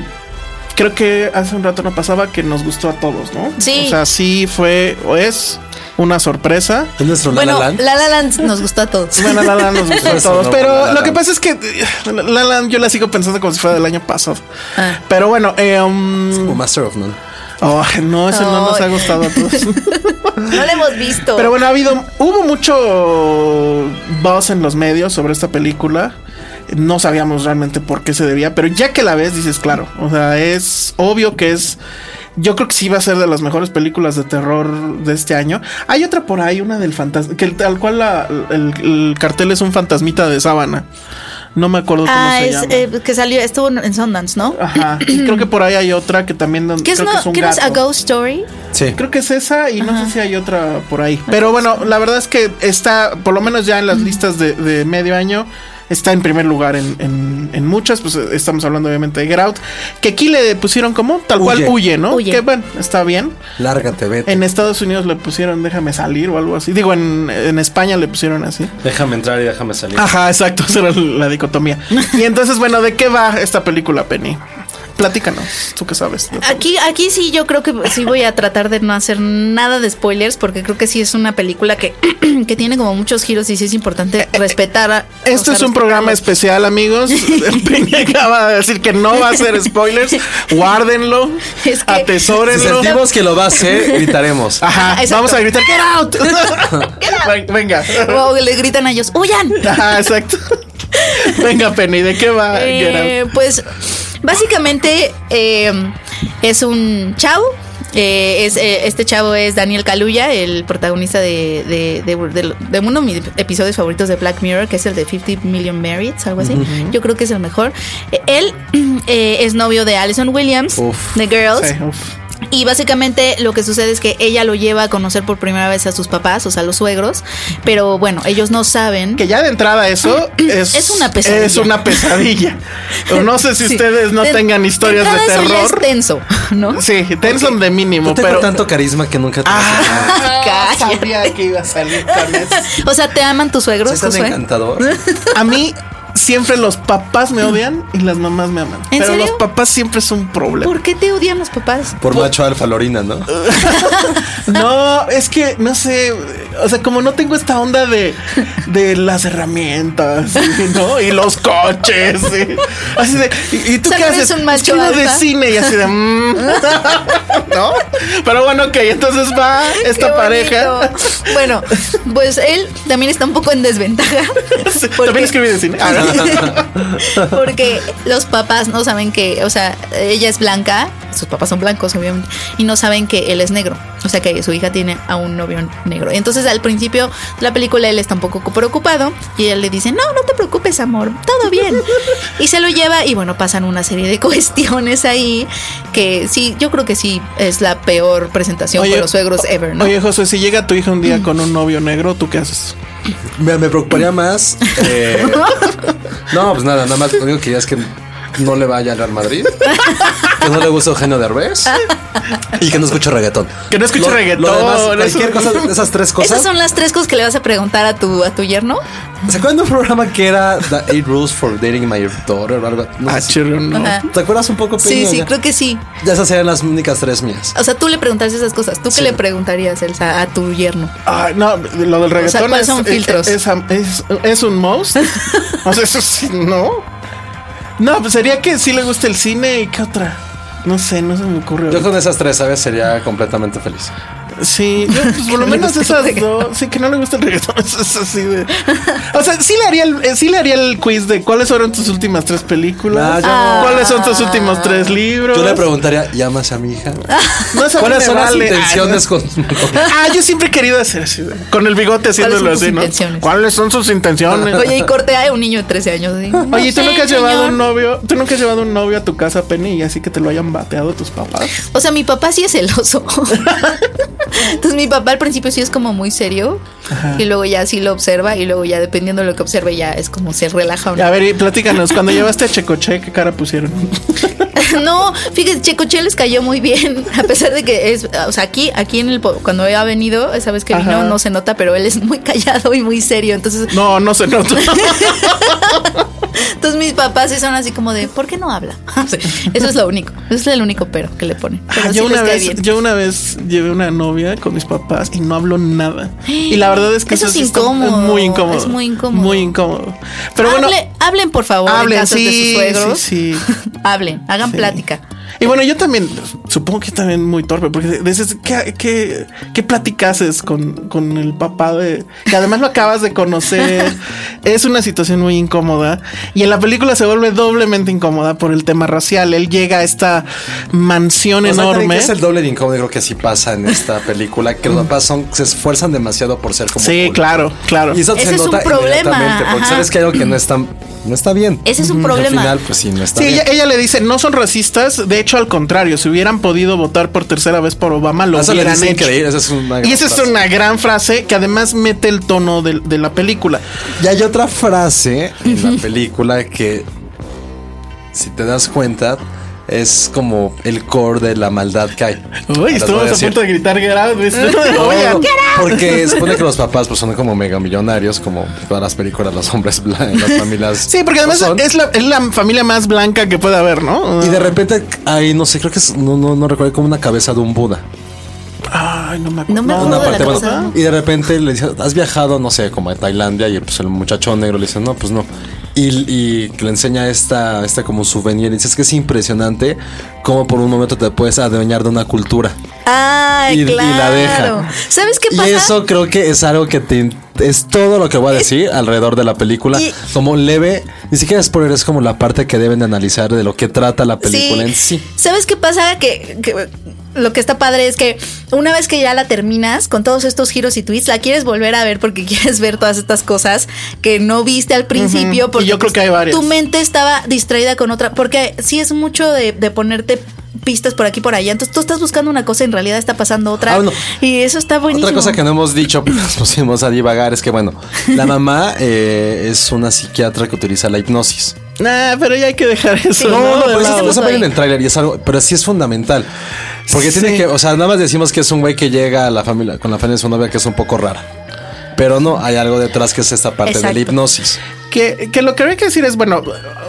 S2: creo que hace un rato no pasaba que nos gustó a todos, ¿no?
S5: Sí.
S2: O sea, sí fue o es una sorpresa.
S3: Es nuestro La La
S5: Bueno,
S3: Land.
S5: La La Land nos gustó a todos.
S2: Bueno, La La nos gustó a
S3: Eso
S2: todos,
S3: no fue La
S2: pero
S3: La
S2: lo que
S3: Land.
S2: pasa es que eh, La La Land yo la sigo pensando como si fuera del año pasado.
S5: Ah.
S2: Pero bueno, eh, um,
S3: Como Master of None.
S2: oh, no, ese no nos
S5: Ay.
S2: ha gustado a todos.
S5: No la hemos visto.
S2: Pero bueno, ha habido, hubo mucho buzz en los medios sobre esta película. No sabíamos realmente por qué se debía, pero ya que la ves, dices, claro, o sea, es obvio que es, yo creo que sí va a ser de las mejores películas de terror de este año. Hay otra por ahí, una del fantasma, que el- tal cual la- el, el cartel es un fantasmita de sábana. No me acuerdo cómo
S5: ah,
S2: se
S5: es
S2: llama.
S5: eh, que salió, estuvo en en Sundance, ¿no?
S2: Ajá, y creo que por ahí hay otra que también,
S5: ¿Qué es,
S2: creo que
S5: no,
S2: es un
S5: ¿qué no es A
S2: gato.
S5: Ghost Story?
S3: Sí.
S2: Creo que es esa y no sé si hay otra por ahí. Pero bueno, la verdad es que está, por lo menos ya en las listas de, de medio año, está en primer lugar en, en- en muchas. Pues eh, estamos hablando obviamente de Get Out, que aquí le pusieron como tal cual
S3: Huye.
S2: huye, ¿no?
S5: Huye.
S2: Que bueno, está bien.
S3: Lárgate, vete.
S2: En Estados Unidos le pusieron déjame salir o algo así. Digo, en, en España le pusieron así.
S3: Déjame entrar y déjame salir.
S2: Ajá, exacto, esa era la dicotomía. Y entonces, bueno, ¿de qué va esta película, Penny? Platícanos, tú que sabes.
S5: Aquí, aquí sí, yo creo que sí voy a tratar de no hacer nada de spoilers porque creo que sí es una película que, que tiene como muchos giros y sí es importante respetar. a- o
S2: Este
S5: sea,
S2: Eh, es un
S5: respetar
S2: programa
S5: los-
S2: especial, amigos. Peña acaba de decir que no va a hacer spoilers. Guárdenlo,
S5: Es que-
S3: Si
S2: atesórenlo.
S3: sentimos que lo va a hacer, gritaremos.
S2: Ajá,
S5: Exacto.
S2: vamos a gritar "Get out". Ven- Venga.
S5: O le gritan a ellos, huyan.
S2: Ajá, exacto. Venga, Penny, ¿de qué va? Get
S5: Eh,
S2: Out?
S5: pues básicamente eh, es un chavo. eh, es, eh, este chavo es Daniel Kaluuya, el protagonista de, de- de- de- de uno de mis episodios favoritos de Black Mirror, que es el de 50 Million Merits, algo así. Yo creo que es el mejor. Eh, él eh, es novio de Allison Williams,
S3: Uf.
S5: de Girls.
S2: Sí, uf.
S5: Y básicamente lo que sucede es que ella lo lleva a conocer por primera vez a sus papás, o sea, a los suegros. Pero bueno, ellos no saben.
S2: Que ya de entrada eso es,
S5: Es una pesadilla.
S2: Es una pesadilla. O no sé si
S5: Sí.
S2: ustedes no
S5: De-
S2: tengan historias de,
S5: entrada eso ya
S2: terror.
S5: es tenso, ¿no?
S2: Sí, tenso de mínimo,
S3: No tengo
S2: pero Ah.
S3: tanto carisma que nunca te vas a quedar.
S5: Cállate.
S2: sabía que iba a salir con eso.
S5: O sea, ¿te aman tus
S3: Sí,
S5: suegros,
S3: estás
S5: Josué?
S3: encantador.
S2: A mí siempre los papás me odian y las mamás me aman.
S5: ¿En
S2: Pero
S5: serio?
S2: los papás siempre es un problema.
S5: ¿Por qué te odian los papás?
S3: Por macho alfa lorina, ¿no?
S2: No, es que no sé. O sea, como no tengo esta onda de, de las herramientas, ¿sí? ¿no? Y los coches. ¿sí? Así de, ¿y, y tú
S5: Tal
S2: qué
S5: vez
S2: haces?
S5: un macho
S2: Escribo de
S5: alfa.
S2: cine y así de. mm. ¿No? Pero bueno, ok, entonces va esta
S5: Qué
S2: pareja.
S5: bonito. Bueno, pues él también está un poco en desventaja.
S2: Sí,
S5: porque-
S2: También escribí de cine. Ah, no.
S5: Porque los papás no saben que, o sea, ella es blanca, sus papás son blancos, obviamente, y no saben que él es negro. O sea, que su hija tiene a un novio negro. Entonces, al principio de la película, él está un poco preocupado y él le dice: No, no te preocupes, amor, todo bien. Y se lo lleva, y bueno, pasan una serie de cuestiones ahí que sí, yo creo que sí es la peor presentación con los suegros ever, ¿no?
S2: Oye, José, si llega tu hija un día con un novio negro, ¿tú qué haces?
S3: Me, me preocuparía más. eh, no, pues nada, nada más lo único que ya es que no le vaya al Real Madrid. Que no le gusta Eugenio Derbez. Y que no escuche reggaetón.
S2: Que no escuche
S3: Lo-
S2: reggaetón,
S3: Lo demás,
S2: eso-
S3: cualquier cosa de esas tres
S5: Esas
S3: cosas.
S5: son las tres cosas que le vas a preguntar a tu, a tu yerno.
S3: ¿Se acuerdan de un programa que era The Eight Rules for Dating My Daughter o algo? No
S2: Ah,
S3: sé si-
S2: chirro, no.
S5: Ajá.
S3: ¿Te acuerdas un poco?
S5: Sí,
S3: Peña?
S5: sí,
S3: Pues Ya-
S5: creo que sí.
S3: Ya esas eran las únicas tres mías.
S5: O sea, tú le preguntas esas cosas. ¿Tú qué le preguntarías, Elsa, a tu yerno?
S2: Ah, no, lo del reggaetón
S5: ¿cuáles
S2: es,
S5: son
S2: es-
S5: filtros?
S2: Es, es- es un most. o sea, eso sí, no. No, pues sería que sí le gusta el cine y qué otra. No sé, no se me ocurre.
S3: Yo con esas tres, ¿sabes? Sería completamente feliz.
S2: Sí, yo, pues por lo
S5: no le
S2: menos
S5: guste el
S2: esas
S5: reggaetón.
S2: dos. Sí, que no le gusta el reggaetón. Eso es así de. O sea, sí le haría el, eh, sí le haría el quiz de cuáles fueron tus últimas tres películas.
S3: Nah, yo-
S2: ¿Cuáles son tus últimos
S5: Ah.
S2: tres libros?
S3: Ah, Yo le preguntaría, ¿llamas a mi hija?
S2: No, esa
S3: ¿Cuáles
S2: me
S3: son
S2: vale.
S3: las intenciones
S2: Ah,
S3: con.?
S2: no. Ah, yo siempre he querido hacer así, de- con el bigote haciéndolo
S5: son tus
S2: así, ¿no?
S5: intenciones?
S2: ¿Cuáles son sus intenciones?
S5: Oye, y cortea a un niño de 13 años. así.
S2: Oye, ¿tú
S5: No
S2: nunca
S5: sé,
S2: has llevado
S5: señor.
S2: un novio? ¿Tú nunca has llevado un novio a tu casa, Penny, y así que te lo hayan bateado tus papás?
S5: O sea, mi papá sí es celoso. Entonces, mi papá al principio sí es como muy serio. Y luego ya sí lo observa. Y luego ya dependiendo de lo que observe, ya es como se relaja o no.
S2: A ver, y platícanos, cuando llevaste a Checoche, ¿qué cara pusieron?
S5: No, fíjate, Checoche les cayó muy bien, a pesar de que es, o sea, aquí, aquí en el, po- cuando ha venido, esa vez que vino,
S2: Ajá.
S5: no se nota, pero él es muy callado y muy serio, entonces,
S2: No, no se notó.
S5: entonces mis papás sí son así como de, ¿por qué no habla? Sí, Eso es lo único, eso es el único pero que le ponen. Pero
S2: Ah,
S5: sí
S2: yo, una
S5: les cae
S2: vez,
S5: bien.
S2: yo una vez llevé una novia con mis papás y no habló nada. Y la verdad es que
S5: Eso
S2: eso,
S5: es
S2: sí está-
S5: incómodo,
S2: muy incómodo.
S5: es muy incómodo.
S2: Muy incómodo. Pero bueno,
S5: Hable- hablen, por favor,
S2: hablen,
S5: en casos de
S2: sí,
S5: sus suegros.
S2: sí, sí.
S5: hablen, hagan
S2: Sí.
S5: plática.
S2: Y bueno, yo también, supongo que también muy torpe, porque dices, ¿qué, qué, qué platicases con, con el papá de... Que además lo acabas de conocer. es una situación muy incómoda. Y en la película se vuelve doblemente incómoda por el tema racial. Él llega a esta mansión
S3: O sea, creo que
S2: enorme.
S3: Es el doble de incómodo creo que sí pasa en esta película, que los
S5: Mm.
S3: papás son, se esfuerzan demasiado por ser como.
S2: Sí,
S3: cool.
S2: claro, claro.
S3: Y eso
S5: Ese
S3: se
S5: es un
S3: nota
S5: problema,
S3: inmediatamente, porque
S5: ajá.
S3: sabes que hay algo que no está, no está bien.
S5: Ese es un
S3: Ujú.
S5: problema.
S3: Al final, pues sí, no está
S2: Sí,
S3: bien.
S2: ella, ella le dice, no son racistas, de hecho al contrario, si hubieran podido votar por tercera vez por Obama, lo
S3: Eso le
S2: hubieran
S3: dice
S2: hecho.
S3: increíble, esa es una gran
S2: y esa es
S3: frase.
S2: una gran frase que además mete el tono de, de la película.
S3: Y hay otra frase en la película que, si te das cuenta, es como el core de la maldad que hay.
S2: Uy,
S3: Las voy a
S2: estuvimos a
S3: decir.
S2: punto de gritar Get Out, ¿viste?
S3: No,
S2: Oigan,
S3: porque supone que los papás pues, son como mega millonarios, como todas las películas, los hombres blancos, las familias.
S2: Sí, porque además
S3: son.
S2: es la, es la familia más blanca que puede haber, ¿no? Ah.
S3: Y de repente, ahí no sé, creo que es, no, no, no recuerdo, como una cabeza de un Buda.
S2: Ay, no me acuerdo.
S5: No me acuerdo
S3: Una
S5: de la
S3: parte, bueno,
S5: cosa.
S3: y de repente le dice, ¿has viajado, no sé, como a Tailandia? Y pues el muchacho negro le dice, no, pues no. Y, y que le enseña esta, esta como souvenir. Y dice, es que es impresionante cómo por un momento te puedes adueñar de una cultura.
S5: Ay,
S3: Y- y
S5: claro.
S3: la deja.
S5: ¿Sabes qué
S3: Y
S5: pasa?
S3: eso creo que es algo que te... Es todo lo que voy a decir alrededor de la película.
S5: Y-
S3: como leve, ni siquiera es spoiler, es como la parte que deben de analizar de lo que trata la película en sí.
S5: ¿Sabes qué pasa? Que, que lo que está padre es que una vez que ya la terminas con todos estos giros y tweets, la quieres volver a ver porque quieres ver todas estas cosas que no viste al principio.
S2: Ujú. Y
S5: Porque
S2: yo creo que hay varias.
S5: Tu mente estaba distraída con otra. Porque sí es mucho de, de ponerte pistas por aquí y por allá. Entonces tú estás buscando una cosa y en realidad está pasando otra.
S3: Ah, bueno.
S5: Y eso está buenísimo.
S3: Otra cosa que no hemos dicho, pero nos pusimos a divagar, es que bueno, la mamá eh, es una psiquiatra que utiliza la hipnosis.
S2: Nah, pero ya hay que dejar eso.
S5: Sí, no, no,
S2: De
S3: Pero
S5: pues
S2: lado.
S3: eso
S5: justo
S3: no se ve en
S5: ahí.
S3: el tráiler y es algo, pero sí es fundamental. Porque tiene
S2: Sí.
S3: que, o sea, nada más decimos que es un güey que llega a la familia, con la familia de su novia que es un poco rara. Pero no, hay algo detrás que es esta parte de
S5: Exacto.
S3: la hipnosis.
S2: Que, que lo que habría que decir es, bueno,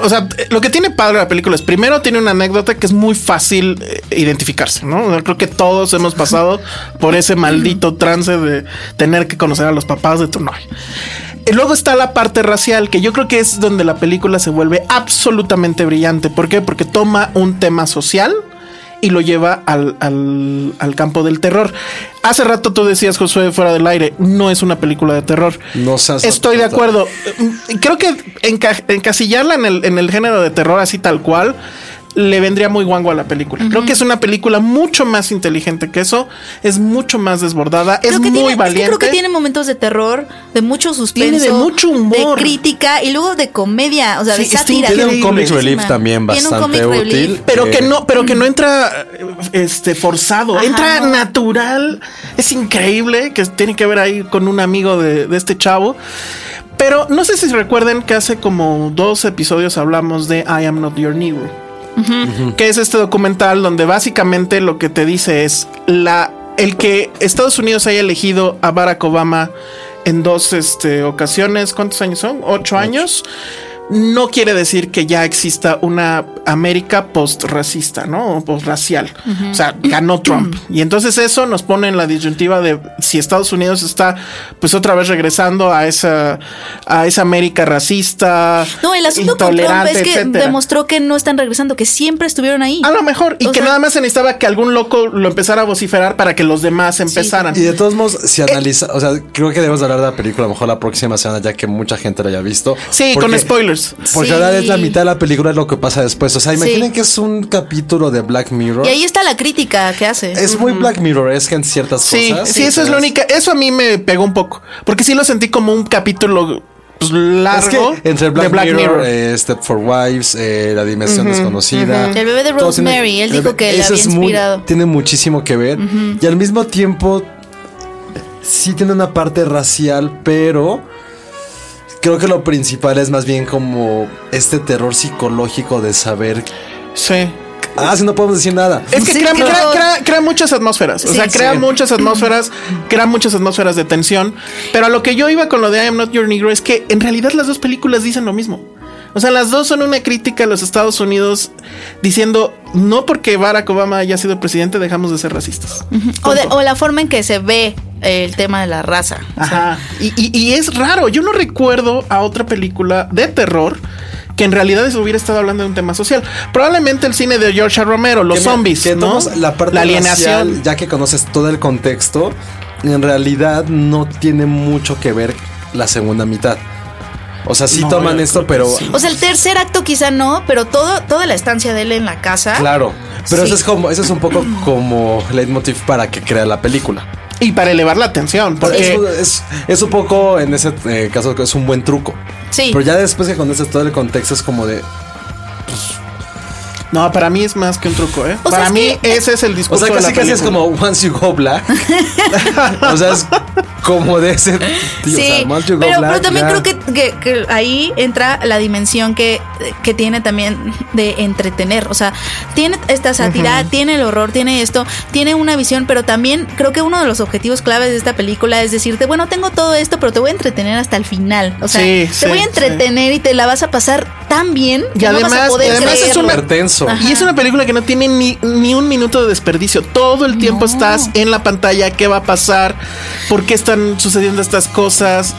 S2: o sea, lo que tiene padre la película es, primero tiene una anécdota que es muy fácil eh, identificarse, ¿no? O sea, creo que todos hemos pasado por ese maldito trance de tener que conocer a los papás de tu novia. Y Luego está la parte racial, que yo creo que es donde la película se vuelve absolutamente brillante. ¿Por qué? Porque toma un tema social y lo lleva al, al- al campo del terror. Hace rato tú decías, Josué, fuera del aire, no es una película de terror.
S3: No seas-
S2: Estoy de acuerdo. Mm, Creo que enca- encasillarla en el, en el género de terror así tal cual le vendría muy guango a la película. Creo que es una película mucho más inteligente que eso, es mucho más desbordada, es
S5: Creo que
S2: muy
S5: tiene- es que
S2: valiente.
S5: creo que tiene momentos de terror, de mucho suspenso,
S2: Tiene de mucho humor.
S5: de crítica y luego de comedia, o sea,
S2: Sí,
S5: de
S2: está
S5: sátira.
S2: increíble.
S3: Tiene un comic relief también
S5: Tiene un
S3: bastante
S5: comic relief.
S3: útil.
S2: Pero que
S3: Eh,
S2: no, pero que no entra eh, este forzado,
S5: Ajá,
S2: entra
S5: no.
S2: natural, es increíble que tiene que ver ahí con un amigo de, de este chavo. Pero no sé si recuerden que hace como dos episodios hablamos de I Am Not Your Negro, que es este documental donde básicamente lo que te dice es la el que Estados Unidos haya elegido a Barack Obama en dos este, ocasiones, ¿cuántos años son? Ocho años no quiere decir que ya exista una América postracista, ¿no? O pues, postracial. O sea, ganó Trump. Y entonces eso nos pone en la disyuntiva de si Estados Unidos está, pues otra vez regresando a esa, a esa América racista.
S5: No, el asunto con Trump
S2: intolerante,
S5: es que
S2: etcétera.
S5: demostró que no están regresando, que siempre estuvieron ahí.
S2: A lo mejor. Y
S5: O
S2: que
S5: sea-
S2: nada más se necesitaba que algún loco lo empezara a vociferar para que los demás empezaran.
S3: Y de todos modos, si
S2: Eh,
S3: analiza, o sea, creo que debemos de hablar de la película a lo mejor la próxima semana, ya que mucha gente la haya visto.
S2: Sí,
S3: Porque-
S2: con spoilers.
S3: Porque
S5: Sí.
S3: ahora es la mitad de la película lo que pasa después. O sea, imaginen
S5: Sí.
S3: que es un capítulo de Black Mirror.
S5: Y ahí está la crítica que hace.
S3: Es muy Black Mirror, es que en ciertas
S2: Sí,
S3: cosas.
S2: sí, eso es lo única. Eso a mí me pegó un poco. Porque sí lo sentí como un capítulo pues,
S3: Es que
S2: largo
S3: entre Black,
S2: de Black
S3: Mirror,
S2: Mirror.
S3: eh, Step for Wives, eh, La Dimensión Desconocida.
S5: El bebé de
S3: todo tiene-
S5: Rosemary, él
S3: el
S5: dijo que
S3: bebé-
S5: le
S3: eso
S5: había
S3: es muy-
S5: inspirado.
S3: tiene muchísimo que ver. Y al mismo tiempo, sí tiene una parte racial, pero creo que lo principal es más bien como este terror psicológico de saber.
S2: Sí.
S3: Ah, si no podemos decir nada.
S2: Es que
S5: Sí,
S2: crea,
S5: creo-
S2: crea- crea- crea muchas atmósferas. O
S5: Sí,
S2: sea, crea
S3: sí.
S2: muchas atmósferas, crea muchas atmósferas de tensión. Pero a lo que yo iba con lo de I Am Not Your Negro es que en realidad las dos películas dicen lo mismo. O sea, las dos son una crítica a los Estados Unidos diciendo no porque Barack Obama haya sido presidente dejamos de ser racistas.
S5: o, de- o la forma en que se ve eh, el tema de la raza.
S2: Ajá. Y, y- y es raro. Yo no recuerdo a otra película de terror que en realidad se hubiera estado hablando de un tema social. Probablemente el cine de George R. Romero, los
S3: Que mira,
S2: zombies,
S3: que
S2: ¿no?
S3: tomas La parte
S2: alienación.
S3: racial, ya que conoces todo el contexto, en realidad no tiene mucho que ver la segunda mitad. O sea, sí
S2: No,
S3: toman
S2: yo
S3: esto, pero
S5: O sea, el tercer acto quizá no, pero todo, toda la estancia de él en la casa.
S3: claro. Pero
S5: Sí.
S3: eso es como, eso es un poco como leitmotiv para que crea la película.
S2: Y para elevar la atención, porque
S3: Eso es, es un poco, en ese eh, caso, es un buen truco.
S5: Sí.
S3: Pero ya después que conoces todo el contexto, es como de.
S2: no, para mí es más que un truco, ¿eh?
S5: O sea,
S2: para
S5: es
S2: mí
S5: que-
S2: ese es el
S3: O
S2: discurso.
S3: sea,
S2: de la
S3: casi casi es
S2: película.
S3: como once you go black. o sea, es como de ese. tío, o sea,
S5: Sí,
S3: once you go
S5: pero,
S3: black,
S5: pero también
S3: ya.
S5: creo que, que- que ahí entra la dimensión que, que tiene también de entretener. O sea, tiene esta sátira, tiene el horror, tiene esto, tiene una visión, pero también creo que uno de los objetivos claves de esta película es decirte, bueno, tengo todo esto, pero te voy a entretener hasta el final. O sea,
S2: Sí,
S5: te
S2: sí,
S5: voy a entretener y te la vas a pasar tan bien que
S2: Y
S5: no vas
S2: además-
S5: a poder
S2: y además es
S5: creerlo.
S2: una-
S3: súper tenso.
S2: Y es una película que no tiene ni, ni un minuto de desperdicio. Todo el tiempo estás en la pantalla, qué va a pasar, por qué están sucediendo estas cosas.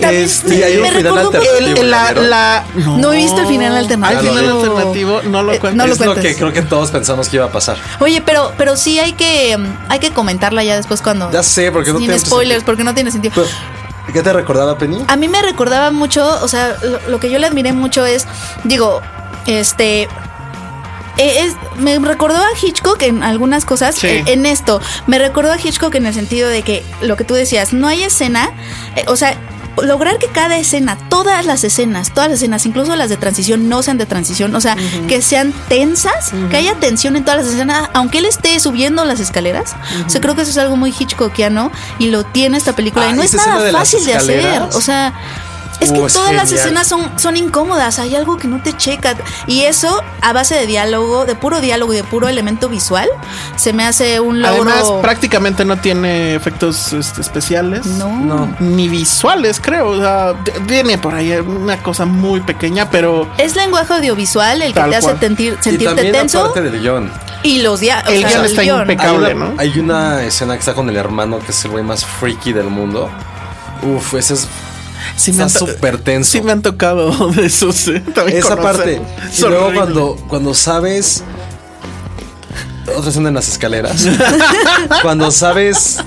S5: También
S2: Este,
S3: Y
S5: me-
S3: hay un
S5: me
S3: final
S5: recordó un poco-
S3: alternativo.
S2: el- la-
S3: ¿vieron?
S2: la- no.
S5: No he visto el final alternativo.
S2: Al final alternativo, no lo
S5: Eh,
S2: cuento.
S5: no lo
S3: es lo
S5: cuentes.
S3: que creo que todos pensamos que iba a pasar.
S5: Oye, pero, pero sí hay que, mm, hay que comentarla ya después cuando.
S3: Ya sé, porque no
S5: sin
S3: tiene mucho
S5: spoilers,
S3: sentido.
S5: porque no tiene sentido.
S3: Pero, ¿Qué te recordaba, Penny?
S5: A mí me recordaba mucho, o sea, lo, lo que yo le admiré mucho es, digo, este... eh, Es, me recordó a Hitchcock en algunas cosas,
S2: Sí.
S5: eh, en esto. Me recordó a Hitchcock en el sentido de que lo que tú decías, no hay escena, eh, o sea, lograr que cada escena, todas las escenas, todas las escenas, incluso las de transición, no sean de transición, o sea, que sean tensas, que haya tensión en todas las escenas, aunque él esté subiendo las escaleras. O sea, creo que eso es algo muy Hitchcockiano y lo tiene esta película.
S3: Ah,
S5: y no es
S3: esa escena
S5: nada
S3: de las
S5: fácil de hacer,
S3: escaleras.
S5: o sea... Es que
S2: Oh,
S3: Uh, es
S5: todas las
S3: genial.
S5: escenas son, son incómodas, hay algo que no te checa. Y eso, a base de diálogo, de puro diálogo y de puro elemento visual, se me hace un logro.
S2: Además, prácticamente no tiene efectos este, especiales.
S5: no.
S2: Ni visuales, creo. O sea, t- tiene por ahí una cosa muy pequeña, pero
S5: Es lenguaje audiovisual el que
S2: Tal
S5: te hace
S2: cual.
S5: sentir,
S3: Y
S5: sentirte
S3: también la
S5: tenso
S3: parte del guión.
S5: y los diálogos.
S2: El guión está
S3: Hay
S2: impecable.
S3: una,
S2: Cable, ¿no?
S3: hay una escena que está con el hermano, que es el güey más freaky del mundo. Uf, ese es.
S2: sí
S3: está
S2: han to-
S3: súper tenso.
S2: Sí me han tocado de esos. eh, también
S3: esa
S2: conocer.
S3: parte.
S2: Es
S3: Y luego
S2: horrible.
S3: cuando, cuando sabes otra escena en las escaleras. cuando sabes,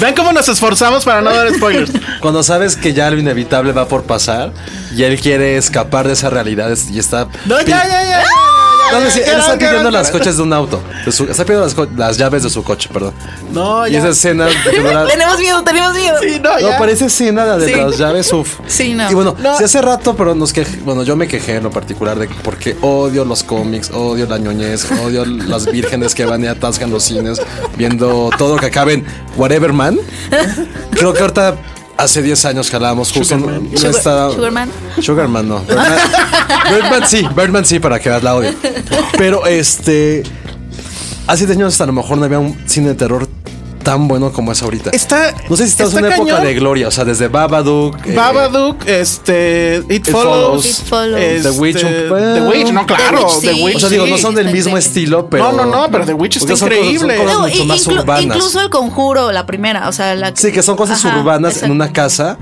S2: Vean cómo nos esforzamos para no dar spoilers.
S3: cuando sabes que ya lo inevitable va por pasar y él quiere escapar de esas realidades y está.
S2: No, ya, ya, ya, ya.
S3: No, no, sí, él
S2: ya, ya,
S3: está
S2: ya,
S3: pidiendo
S2: ya.
S3: las coches de un auto. de su- está pidiendo las, co- las llaves de su coche, perdón.
S2: No,
S3: Y
S2: ya.
S3: esa escena de verdad-
S5: Tenemos miedo, tenemos miedo.
S2: Sí, no,
S3: No,
S2: ya.
S3: para esa escena la de
S5: Sí.
S3: las llaves, uff.
S5: Sí, no.
S3: Y bueno,
S2: No.
S3: sí, hace rato, pero nos que bueno, yo me quejé en lo particular de porque odio los cómics, odio la ñoñez, odio las vírgenes que van y atascan los cines viendo todo que acaben Whatever Man. Creo que ahorita hace 10 años jalábamos justo
S2: Sugarman.
S3: no
S5: Sugar-
S3: estaba-
S5: Sugarman.
S3: Sugarman no. Birdman, Birdman sí, Birdman sí, para que veas la odio. Pero este. Hace 10 años hasta a lo mejor no había un cine de terror tan bueno como es ahorita.
S2: Está.
S3: No sé si estás
S2: está
S3: en una época
S2: cañón.
S3: de gloria, o sea, desde Babadook. eh,
S2: Babadook, este. It,
S3: Follows,
S2: follows.
S5: It Follows.
S2: este,
S3: The Witch, un-
S2: The Witch, no, claro.
S5: The Witch,
S2: The
S5: sí.
S2: Witch.
S3: o sea, digo, no
S5: sí,
S3: son del
S5: está
S3: mismo
S5: increíble.
S3: estilo, pero.
S2: No, no, no, pero The Witch
S3: Porque
S2: está
S3: son cosas- son
S2: increíble.
S3: cosas
S5: No,
S3: mucho
S5: y-
S3: más
S5: inclu-
S3: urbanas.
S5: incluso el conjuro, la primera, o sea, la
S3: Sí, que son cosas
S5: Ajá,
S3: urbanas en
S5: exacto.
S3: una casa.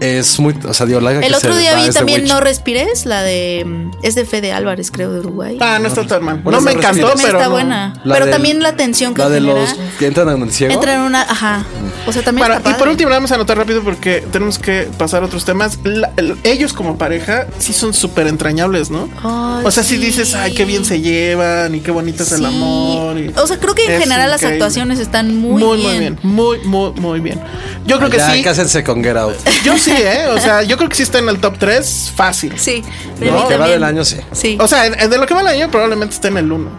S3: Es muy. O sea, digo, la que
S5: El otro
S3: se
S5: día
S3: va
S5: vi
S3: es The
S5: también
S3: Witch.
S5: No Respires, la de. mm, Es de Fede Álvarez, creo, de Uruguay.
S2: Ah, no está tan mal.
S3: Bueno,
S2: No me
S3: esa
S2: encantó,
S3: reciente.
S5: también
S2: pero.
S5: está
S2: no.
S5: buena.
S3: La
S5: pero
S3: del-
S5: también la tensión que
S3: La de
S5: genera,
S3: los que entran en el ciego.
S5: Entra en una. Ajá. O sea, también
S2: Para-
S5: está
S2: y por
S5: padre.
S2: último, vamos a anotar rápido porque tenemos que pasar a otros temas. La- el- ellos como pareja sí son súper entrañables, ¿no?
S5: Ay,
S2: o sea, si
S5: sí.
S2: dices, ay, qué bien se llevan y qué bonito es
S5: Sí.
S2: el amor. y-
S5: O sea, creo que en
S2: Es
S5: general las
S2: increíble.
S5: actuaciones están muy,
S2: muy,
S5: bien.
S2: muy bien. Muy, muy, muy bien. Yo creo que
S3: Ya,
S2: sí.
S3: cásense con Get Out.
S2: Yo sí, ¿eh? O sea, yo creo que sí está en el top 3 fácil.
S5: Sí, de
S3: No,
S5: mí
S3: que va
S5: también.
S3: del año, sí.
S5: Sí.
S2: O sea, en- en de lo que va el año probablemente está en el 1.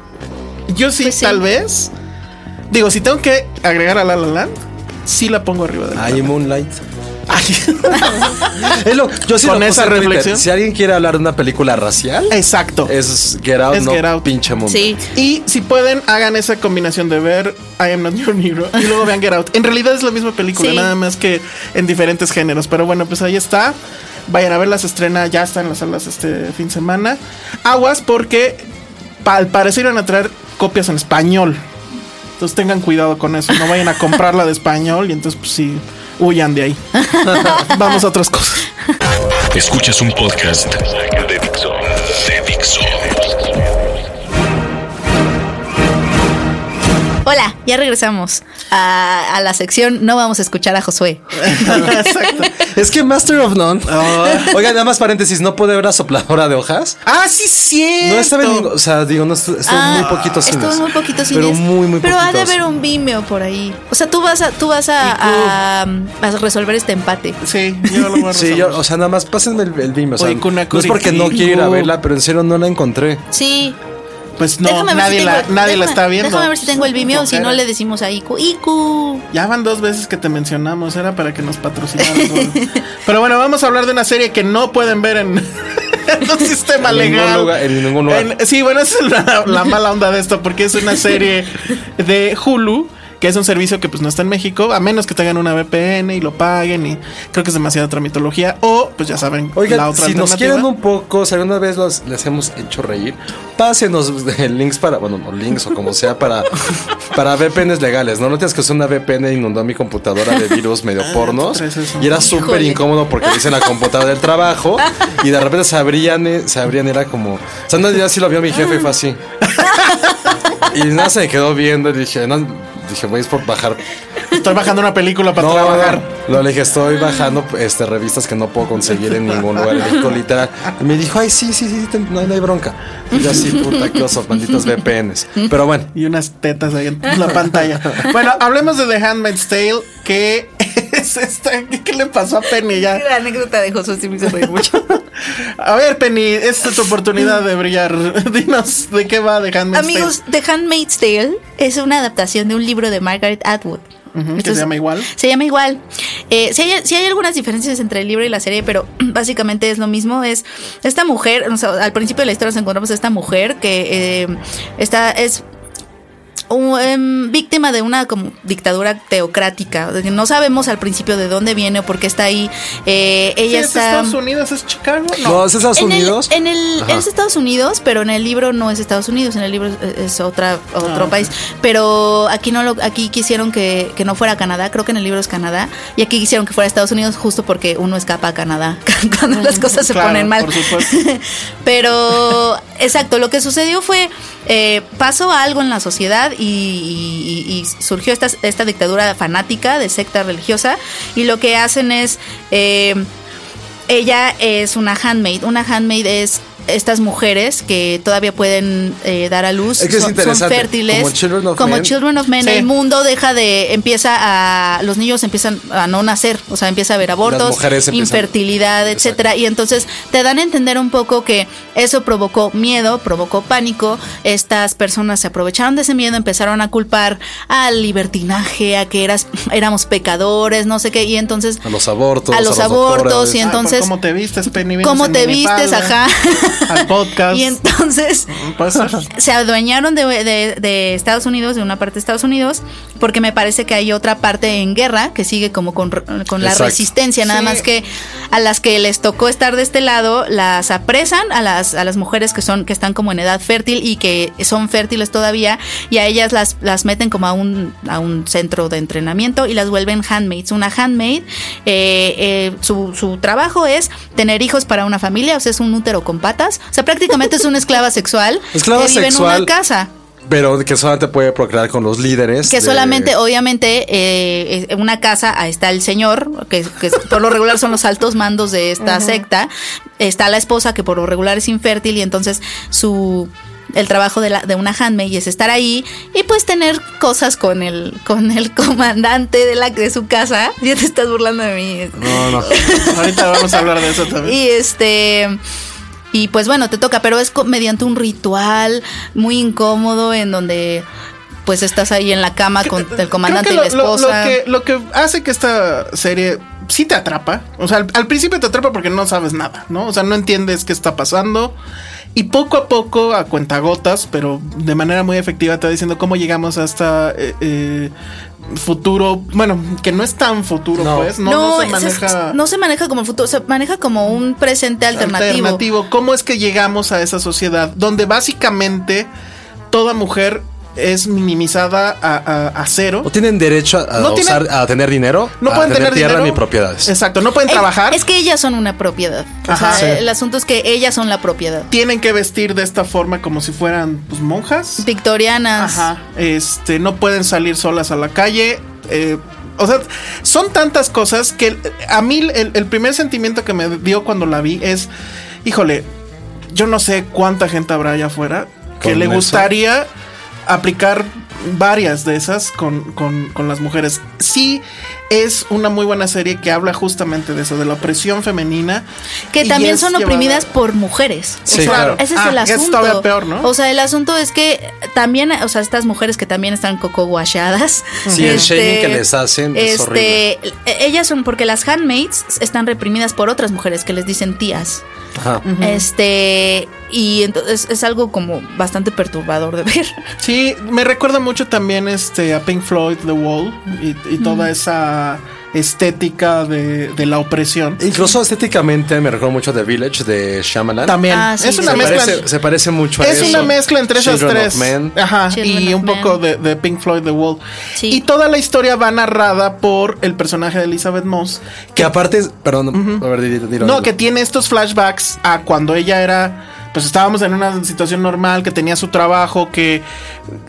S2: Yo sí,
S5: Pues sí.
S2: tal vez. Digo, si tengo que agregar a La La Land, sí la pongo arriba de la
S3: Ay,
S2: La
S3: Moonlight.
S2: Land. Ay.
S3: Es lo- yo sí
S2: Con
S3: lo puse
S2: esa
S3: en Twitter.
S2: reflexión.
S3: Si alguien quiere hablar de una película racial,
S2: Exacto.
S3: es Get Out,
S2: Es
S3: no
S2: Get Out.
S3: pinche mundo.
S5: sí.
S2: Y si pueden, hagan esa combinación de ver I Am Not Your Negro y luego vean Get Out. En realidad es la misma película,
S5: Sí.
S2: nada más que en diferentes géneros. Pero bueno, pues ahí está. Vayan a verlas, se estrena, ya está en las salas este fin de semana. Aguas porque pa- al parecer iban a traer copias en español. Entonces tengan cuidado con eso, no vayan a comprarla de español y entonces pues sí, huyan de ahí. Vamos a otras cosas.
S1: Escuchas un podcast de Dixo. De Dixo.
S5: Hola, ya regresamos a, a la sección No vamos a escuchar a Josué.
S2: Exacto.
S3: Es que Master of None. Oiga, nada más paréntesis, no puede ver la sopladora de hojas.
S2: Ah, sí, cierto.
S3: No estaba en ningún- O sea, digo, no estuvo
S5: Ah,
S3: muy poquitos cines.
S5: Estuvo muy poquitos
S3: Pero
S5: cines,
S3: muy, muy
S5: Pero ha de
S3: poquitos.
S5: haber un Vimeo por ahí. O sea, tú vas a, tú vas a, a, a resolver este empate.
S2: Sí, yo lo voy a
S3: Sí,
S2: resolver.
S3: yo, o sea, nada más pásenme el, el Bimbo. O sea,
S2: Oye,
S3: no
S2: Kuna
S3: es porque no
S2: Kuriki.
S3: quiero ir a verla, pero en serio no la encontré.
S5: Sí.
S2: Pues no,
S5: déjame ver
S2: nadie,
S5: si
S2: la,
S5: tengo-
S2: nadie la
S5: déjame-
S2: está viendo.
S5: Déjame ver si tengo el Vimeo, si no
S2: Flojera.
S5: le decimos a Iku. Iku.
S2: Ya van dos veces que te mencionamos, era para que nos patrocinaras. bueno. Pero bueno, vamos a hablar de una serie que no pueden ver en, en un sistema
S3: En ningún
S2: legal.
S3: lugar- en ningún lugar.
S2: En- sí, bueno, esa es la, la mala onda de esto, porque es una serie de Hulu, que es un servicio que pues no está en México, a menos que tengan una VPN y lo paguen, y creo que es demasiada tramitología, o pues ya saben, la
S3: Oigan,
S2: otra
S3: si nos
S2: alternativa.
S3: quieren un poco, si alguna vez los- les hemos hecho reír, pásenos eh, links para, bueno, no links o como sea, para, para VPNs legales, ¿no? No tienes que usar una VPN inundó mi computadora de virus medio pornos.
S2: Ah, traes eso.
S3: Y era súper
S5: Híjole.
S3: incómodo porque le hice en la computadora del trabajo y de repente se abrían, eh, se abrían, era como. O sea, no, ya sí lo vio mi jefe y fue así. Y nada, se me quedó viendo y dije, no, dije, voy es por bajar
S2: Estoy bajando una película para
S3: no,
S2: trabajar.
S3: No, le dije, estoy bajando este, revistas que no puedo conseguir en ningún lugar. en México, literal. Y me dijo, ay, sí, sí, sí, te- no, hay- no hay bronca. Y yo así, puta, qué oso, malditos VPNs. Pero bueno,
S2: Y unas tetas ahí en la pantalla. Bueno, hablemos de The Handmaid's Tale, que es esta. ¿Qué le pasó a Penny ya?
S5: La anécdota de Josué sí me hizo reír mucho.
S2: A ver, Penny, esta es tu oportunidad de brillar. Dinos de qué va The Handmaid's
S5: Amigos, The Handmaid's Tale es una adaptación de un libro de Margaret Atwood.
S2: Tale. Que se llama igual.
S5: Se llama igual. si hay, sí hay algunas diferencias entre el libro y la serie, pero básicamente es lo mismo. Es esta mujer, o sea, al principio de la historia nos encontramos a esta mujer que eh, está, es u- em, víctima de una como dictadura teocrática. de que No sabemos al principio de dónde viene o por qué está ahí. Eh,
S2: Sí,
S5: ella
S2: es
S5: está...
S2: Estados Unidos, es Chicago.
S3: no,
S2: No.
S3: es Estados
S5: En el-
S3: Unidos.
S5: En el,
S3: Ajá.
S5: es Estados Unidos, pero en el libro no es Estados Unidos, en el libro es, es otra, otro
S3: Ah,
S2: ok.
S5: país. Pero aquí no lo, aquí quisieron que, que no fuera Canadá, creo que en el libro es Canadá, y aquí quisieron que fuera Estados Unidos justo porque uno escapa a Canadá cuando las cosas se
S2: Claro,
S5: ponen mal.
S2: por supuesto.
S5: pero Exacto, lo que sucedió fue, eh, pasó algo en la sociedad y, y- y- y surgió esta, esta dictadura fanática de secta religiosa y lo que hacen es, eh, ella es una handmaid, una handmaid es estas mujeres que todavía pueden eh, dar a luz,
S3: Es que es
S5: son, son
S3: interesante,
S5: fértiles,
S3: como Children of
S5: como
S3: Men.
S5: Children of Men,
S2: Sí.
S5: el mundo deja de, empieza a, los niños empiezan a no nacer, o sea, empieza a haber abortos,
S3: mujeres empiezan-
S5: infertilidad, etcétera, Ah, y entonces te dan a entender un poco que eso provocó miedo, provocó pánico. Estas personas se aprovecharon de ese miedo, empezaron a culpar al libertinaje, a que eras, éramos pecadores, no sé qué, y entonces
S3: A los abortos.
S5: A los
S3: doctores.
S5: abortos
S2: Ah,
S5: y
S2: por
S5: entonces-
S2: ¿Cómo te vistes, Penny? Vienes
S5: ¿Cómo
S2: en
S5: te
S2: minifalda,
S5: vistes? Ajá.
S2: Al podcast.
S5: Y entonces
S2: Puede
S6: Pues,
S2: ser.
S5: se adueñaron de, de- de Estados Unidos, de una parte de Estados Unidos, porque me parece que hay otra parte en guerra que sigue como con, con la
S3: Exacto.
S5: resistencia, nada más que a las que les tocó estar de este lado, las apresan a las, a las mujeres que son, que están como en edad fértil y que son fértiles todavía, y a ellas las, las meten como a un, a un centro de entrenamiento y las vuelven handmaids. Una handmaid, eh, eh, su, su trabajo es tener hijos para una familia, o sea, es un útero con patas, o sea, prácticamente es una esclava sexual
S3: Esclava
S5: que vive en
S3: sexual.
S5: una casa.
S3: Pero que solamente puede procrear con los líderes.
S5: Que
S3: de-
S5: solamente, obviamente, eh, en una casa ahí está el señor, que, que por lo regular son los altos mandos de esta secta. Está la esposa, que por lo regular es infértil, y entonces su el trabajo de, la, de una handmaid es estar ahí y pues tener cosas con el con el comandante de la de su casa ya te estás burlando de mí
S3: No, no.
S2: Ahorita vamos a hablar de eso también.
S5: y este. Y pues bueno, te toca, pero es co- mediante un ritual muy incómodo en donde pues estás ahí en la cama con el comandante
S2: Creo
S5: y
S2: que
S5: la
S2: lo- lo-
S5: esposa.
S2: Lo, que, lo que hace que esta serie sí te atrapa. O sea, al, al principio te atrapa porque no sabes nada, ¿no? O sea, no entiendes qué está pasando. Y poco a poco, a cuentagotas, pero de manera muy efectiva, te va diciendo cómo llegamos hasta eh, eh, futuro. Bueno, que no es tan futuro,
S3: No.
S2: pues. No, no se
S5: es-
S2: maneja.
S5: no se maneja como el futuro, se maneja como un presente alternativo.
S2: alternativo. ¿Cómo es que llegamos a esa sociedad donde básicamente toda mujer es minimizada a, a- a cero?
S3: No tienen derecho a, a
S2: No tienen-
S3: usar- a tener dinero.
S2: No
S3: a
S2: pueden tener,
S3: tierra
S2: dinero.
S3: ni propiedades.
S2: Exacto, no pueden
S5: Eh,
S2: trabajar.
S5: Es que ellas son una propiedad. O
S2: Ajá.
S5: sea,
S2: Sí.
S5: el asunto es que ellas son la propiedad.
S2: tienen que vestir de esta forma como si fueran pues, monjas.
S5: Victorianas.
S2: Ajá. Este, no pueden salir solas a la calle. eh, o sea, son tantas cosas que eh, a mí el, el primer sentimiento que me dio cuando la vi es, híjole, yo no sé cuánta gente habrá allá afuera que
S3: Con
S2: le
S3: eso.
S2: gustaría aplicar varias de esas con, con- con las mujeres. Sí, es una muy buena serie que habla justamente de eso, de la opresión femenina.
S5: Que
S2: y
S5: también
S2: es
S5: son
S2: llevada-
S5: oprimidas por mujeres.
S3: Sí,
S5: o sea,
S3: claro.
S5: Ese es
S2: Ah,
S5: el
S2: que es
S5: asunto.
S2: todavía peor, ¿no?
S5: O sea, el asunto es que también, o sea, estas mujeres que también están coco guachadas. este,
S3: Sí, el shaming que les hacen es horrible.
S5: e-, Ellas son, porque las handmaids están reprimidas por otras mujeres que les dicen tías.
S3: Ajá.
S5: Este. Y entonces es algo como bastante perturbador de ver.
S2: Sí, me recuerda mucho también este, a Pink Floyd, The Wall y, y toda esa estética de, de la opresión.
S3: Incluso estéticamente me recuerdo mucho de Village de Shyamalan.
S2: También
S5: Ah, sí,
S2: es una
S3: se,
S5: sí.
S2: mezcla.
S3: parece, se parece mucho a
S2: es
S3: eso.
S2: una mezcla entre esas
S3: Children of
S2: tres. Ah.
S3: Men.
S2: Ajá,
S5: Children
S2: y
S5: of
S2: un poco de,
S5: Men.
S2: de Pink Floyd, The Wall.
S5: Sí.
S2: Y toda la historia va narrada por el personaje de Elizabeth Moss.
S3: Que aparte, es- perdón, a ver, dilo, dilo,
S2: No,
S3: dilo.
S2: que tiene estos flashbacks a cuando ella era. Pues estábamos en una situación normal, que tenía su trabajo, que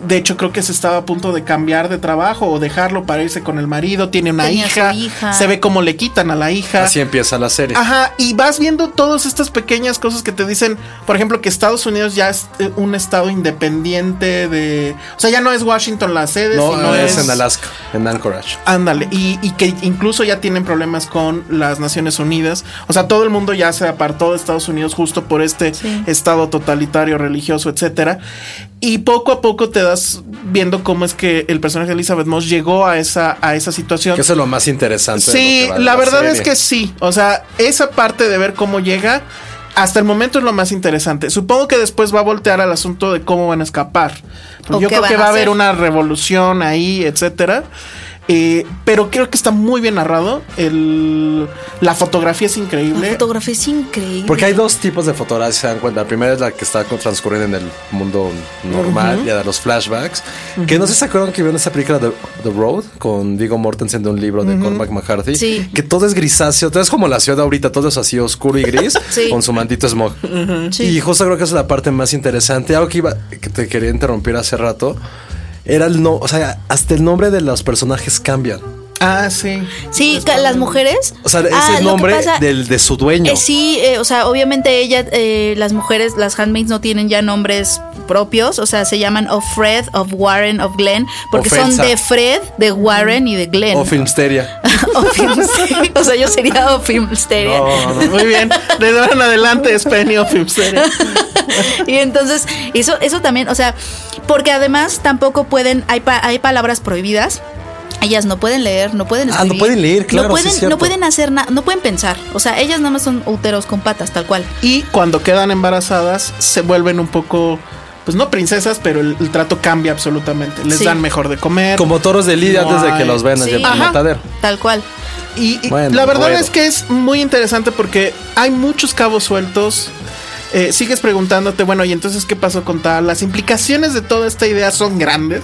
S2: de hecho creo que se estaba a punto de cambiar de trabajo o dejarlo para irse con el marido, tiene una
S5: Tenía
S2: hija,
S5: su hija.
S2: se ve cómo le quitan a la hija.
S3: Así empieza la serie.
S2: Ajá, y vas viendo todas estas pequeñas cosas que te dicen, por ejemplo, que Estados Unidos ya es eh, un estado independiente de... O sea, ya no es Washington la sede,
S3: no,
S2: sino
S3: es,
S2: es... Ah,
S3: en Alaska, en Anchorage.
S2: Ándale, y, y que incluso ya tienen problemas con las Naciones Unidas. O sea, todo el mundo ya se apartó de Estados Unidos justo por este
S5: Sí.
S2: estado totalitario, religioso, etcétera. Y poco a poco te das viendo cómo es que el personaje de Elizabeth Moss llegó a esa, a esa situación.
S3: Que eso es lo más interesante. de
S2: Sí,
S3: lo que va de
S2: la, verdad
S3: serie.
S2: es que sí. O sea, esa parte de ver cómo llega, hasta el momento es lo más interesante. Supongo que después va a voltear al asunto de cómo van a escapar.
S5: ¿O
S2: yo
S5: qué
S2: creo que
S5: van
S2: va
S5: a
S2: a haber
S5: hacer?
S2: una revolución ahí, etcétera. Eh, pero creo que está muy bien narrado. El, la fotografía es
S5: La
S2: increíble.
S5: fotografía es increíble.
S3: Porque hay dos tipos de fotografía, si se dan cuenta. La primera es la que está con- transcurriendo en el mundo normal, ya de los flashbacks. Que no sé si se acuerdan que vieron esa película de The Road con Vigo Mortensen de un libro de Cormac McCarthy.
S5: Sí.
S3: Que todo es grisáceo, todo es como la ciudad ahorita, todo es así oscuro y gris,
S5: Sí.
S3: con su mantito smog. Y justo creo que esa es la parte más interesante. Algo que, iba, que te quería interrumpir hace rato era el no, o sea, hasta el nombre de los personajes cambian.
S2: Ah, sí.
S5: Sí, ca- las mujeres.
S3: O sea, ese
S5: Ah,
S3: es el
S5: lo que
S3: nombre
S5: pasa-
S3: del, de su dueño.
S5: Eh, sí, eh, o sea, obviamente ella, eh, las mujeres, las handmaids no tienen ya nombres propios, o sea, se llaman of Fred, of Warren, of Glenn, porque
S3: Ofensa.
S5: son de Fred, de Warren y de Glenn.
S3: O Filmsteria.
S5: Ofim- o sea, yo sería Ofimsteria.
S2: Muy bien. De ahora en adelante es Penny of Hipsteria.
S5: Y entonces, eso, eso también, o sea, porque además tampoco pueden, hay, pa- hay palabras prohibidas. Ellas no pueden leer, no pueden
S3: Ah,
S5: escribir.
S3: no pueden leer, claro, sí
S5: No pueden,
S3: es cierto.
S5: no pueden hacer nada, no pueden pensar. O sea, ellas nada más son úteros con patas, tal cual.
S2: Y cuando quedan embarazadas, se vuelven un poco, pues no princesas, pero el, el trato cambia absolutamente. Les
S5: Sí.
S2: dan mejor de comer.
S3: Como toros de lidia
S2: No
S3: antes de que
S2: hay-
S3: los vean
S5: Sí.
S3: en el
S5: Ajá.
S3: matadero.
S5: Tal cual.
S2: Y, y
S3: Bueno,
S2: la verdad
S3: bueno.
S2: es que es muy interesante porque hay muchos cabos sueltos. Eh, sigues preguntándote, bueno, ¿y entonces qué pasó con tal? Las implicaciones de toda esta idea son grandes.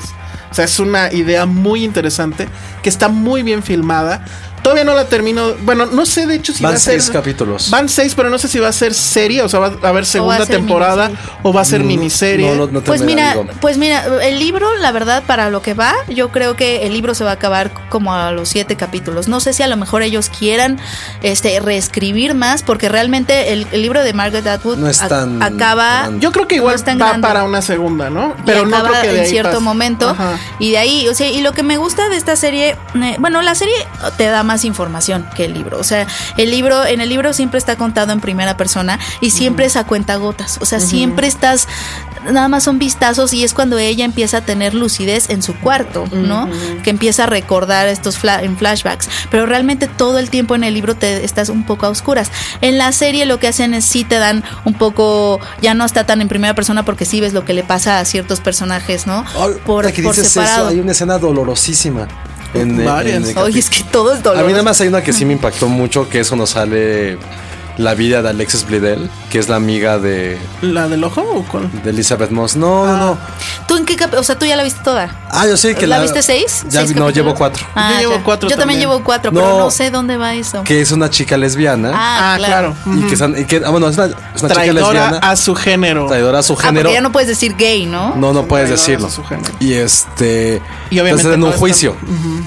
S2: O sea, es una idea muy interesante que está muy bien filmada. Todavía no la termino. Bueno, no sé de hecho si
S3: Van
S2: va a ser.
S3: seis capítulos.
S2: Van seis, pero no sé si va a ser serie, o sea, va a haber segunda
S5: ser
S2: temporada o va a ser miniserie.
S3: No, no, no te
S5: Pues
S3: me da,
S5: mira,
S3: amigo.
S5: pues mira, el libro, la verdad, para lo que va, yo creo que el libro se va a acabar como a los siete capítulos. No sé si a lo mejor ellos quieran este reescribir más, porque realmente el, el libro de Margaret Atwood
S3: No es
S5: ac-
S3: tan-
S5: acaba.
S3: tan-
S2: Yo creo que igual
S5: No es tan
S2: va
S5: grande.
S2: para una segunda, ¿no?
S5: y
S2: Pero no
S5: acaba
S2: creo que de
S5: en
S2: ahí
S5: cierto
S2: pase.
S5: momento
S2: Ajá.
S5: y de ahí o sea y lo que me gusta de esta serie eh, bueno la serie te da más información que el libro o sea el libro en el libro siempre está contado en primera persona y siempre es a cuentagotas o sea siempre estás nada más son vistazos y es cuando ella empieza a tener lucidez en su cuarto no que empieza a recordar estos fla- en flashbacks pero realmente todo el tiempo en el libro te estás un poco a oscuras en la serie lo que hacen es sí te dan un poco ya no está tan en primera persona porque sí ves lo que le pasa a ciertos personajes no
S3: Ahora
S5: por,
S3: que
S5: por
S3: dices eso,
S5: separado
S3: hay una escena dolorosísima. En, en-
S2: Varias.
S3: en el
S5: Oye, es que todo es dolor.
S3: A mí nada más hay una que sí me impactó mucho, que es cuando sale la vida de Alexis Bledel, que es la amiga de,
S2: ¿La del ojo o cuál? Ah.
S3: de Elizabeth Moss. No, no, no.
S5: ¿Tú en qué cap- O sea, tú ya la viste toda.
S3: Ah, yo sé que
S5: ¿La viste seis?
S3: Ya,
S5: ¿Seis
S3: vi- no,
S5: capítulos?
S3: llevo cuatro.
S5: Ah,
S2: llevo
S5: ya.
S2: cuatro
S5: Yo
S2: también.
S5: también, llevo cuatro, pero
S3: No.
S5: no sé dónde va eso.
S3: Que es una chica lesbiana.
S5: Ah,
S2: Ah, claro.
S5: claro.
S3: Y que, están- y que- ah, bueno, es una, es una chica
S2: Traidora Ah,
S3: lesbiana.
S2: a su género.
S3: traidora a su
S5: Ah,
S3: género.
S5: porque ya no puedes decir gay, ¿no?
S3: No, no puedes
S2: traidoras
S3: decirlo.
S2: a su género.
S3: Y este.
S2: Y obviamente
S3: entonces en
S2: no
S3: un
S2: están-
S3: juicio.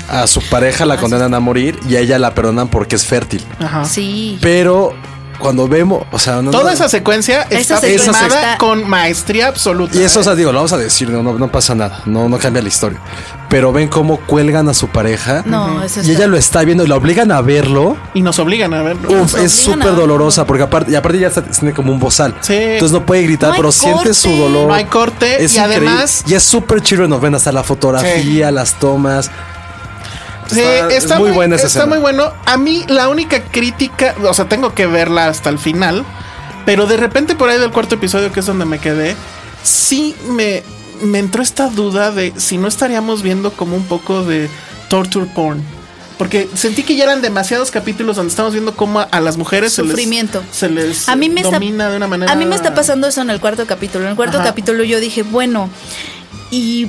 S3: A su pareja
S2: Ah,
S3: la condenan a morir y a ella la perdonan porque es fértil.
S2: Ajá.
S5: Sí.
S3: Pero cuando vemos. O sea, no- no-
S2: Toda esa secuencia está
S5: secuencia
S2: filmada
S5: está-
S2: con maestría absoluta.
S3: Y eso, o
S2: ¿eh?
S3: sea, digo, lo vamos a decir, no, no, no pasa nada. No, no cambia la historia. Pero ven cómo cuelgan a su pareja.
S5: No, eso
S3: Y
S5: está-
S3: ella lo está viendo y la obligan a verlo.
S2: Y nos obligan a verlo.
S3: Uf, es
S5: obligan a
S3: súper dolorosa porque aparte, y aparte ya está- tiene como un bozal.
S2: Sí.
S3: Entonces no puede gritar,
S5: No hay
S3: pero siente su
S5: corte.
S3: dolor.
S2: No hay corte,
S3: Es
S2: y
S3: increíble.
S2: además-
S3: Y es súper chido, nos ven hasta la fotografía, las tomas.
S2: Sí,
S3: Está,
S2: está
S3: muy buena esa
S2: está
S3: escena.
S2: muy bueno. A mí la única crítica, o sea, tengo que verla hasta el final, pero de repente por ahí del cuarto episodio, que es donde me quedé, sí me, me entró esta duda de si no estaríamos viendo como un poco de torture porn. Porque sentí que ya eran demasiados capítulos donde estamos viendo cómo a, a las mujeres se les-
S5: Sufrimiento.
S2: se les,
S5: a mí me está,
S2: domina de una manera.
S5: A mí me está pasando eso en el cuarto capítulo. En el cuarto
S2: Ajá.
S5: capítulo yo dije, bueno, y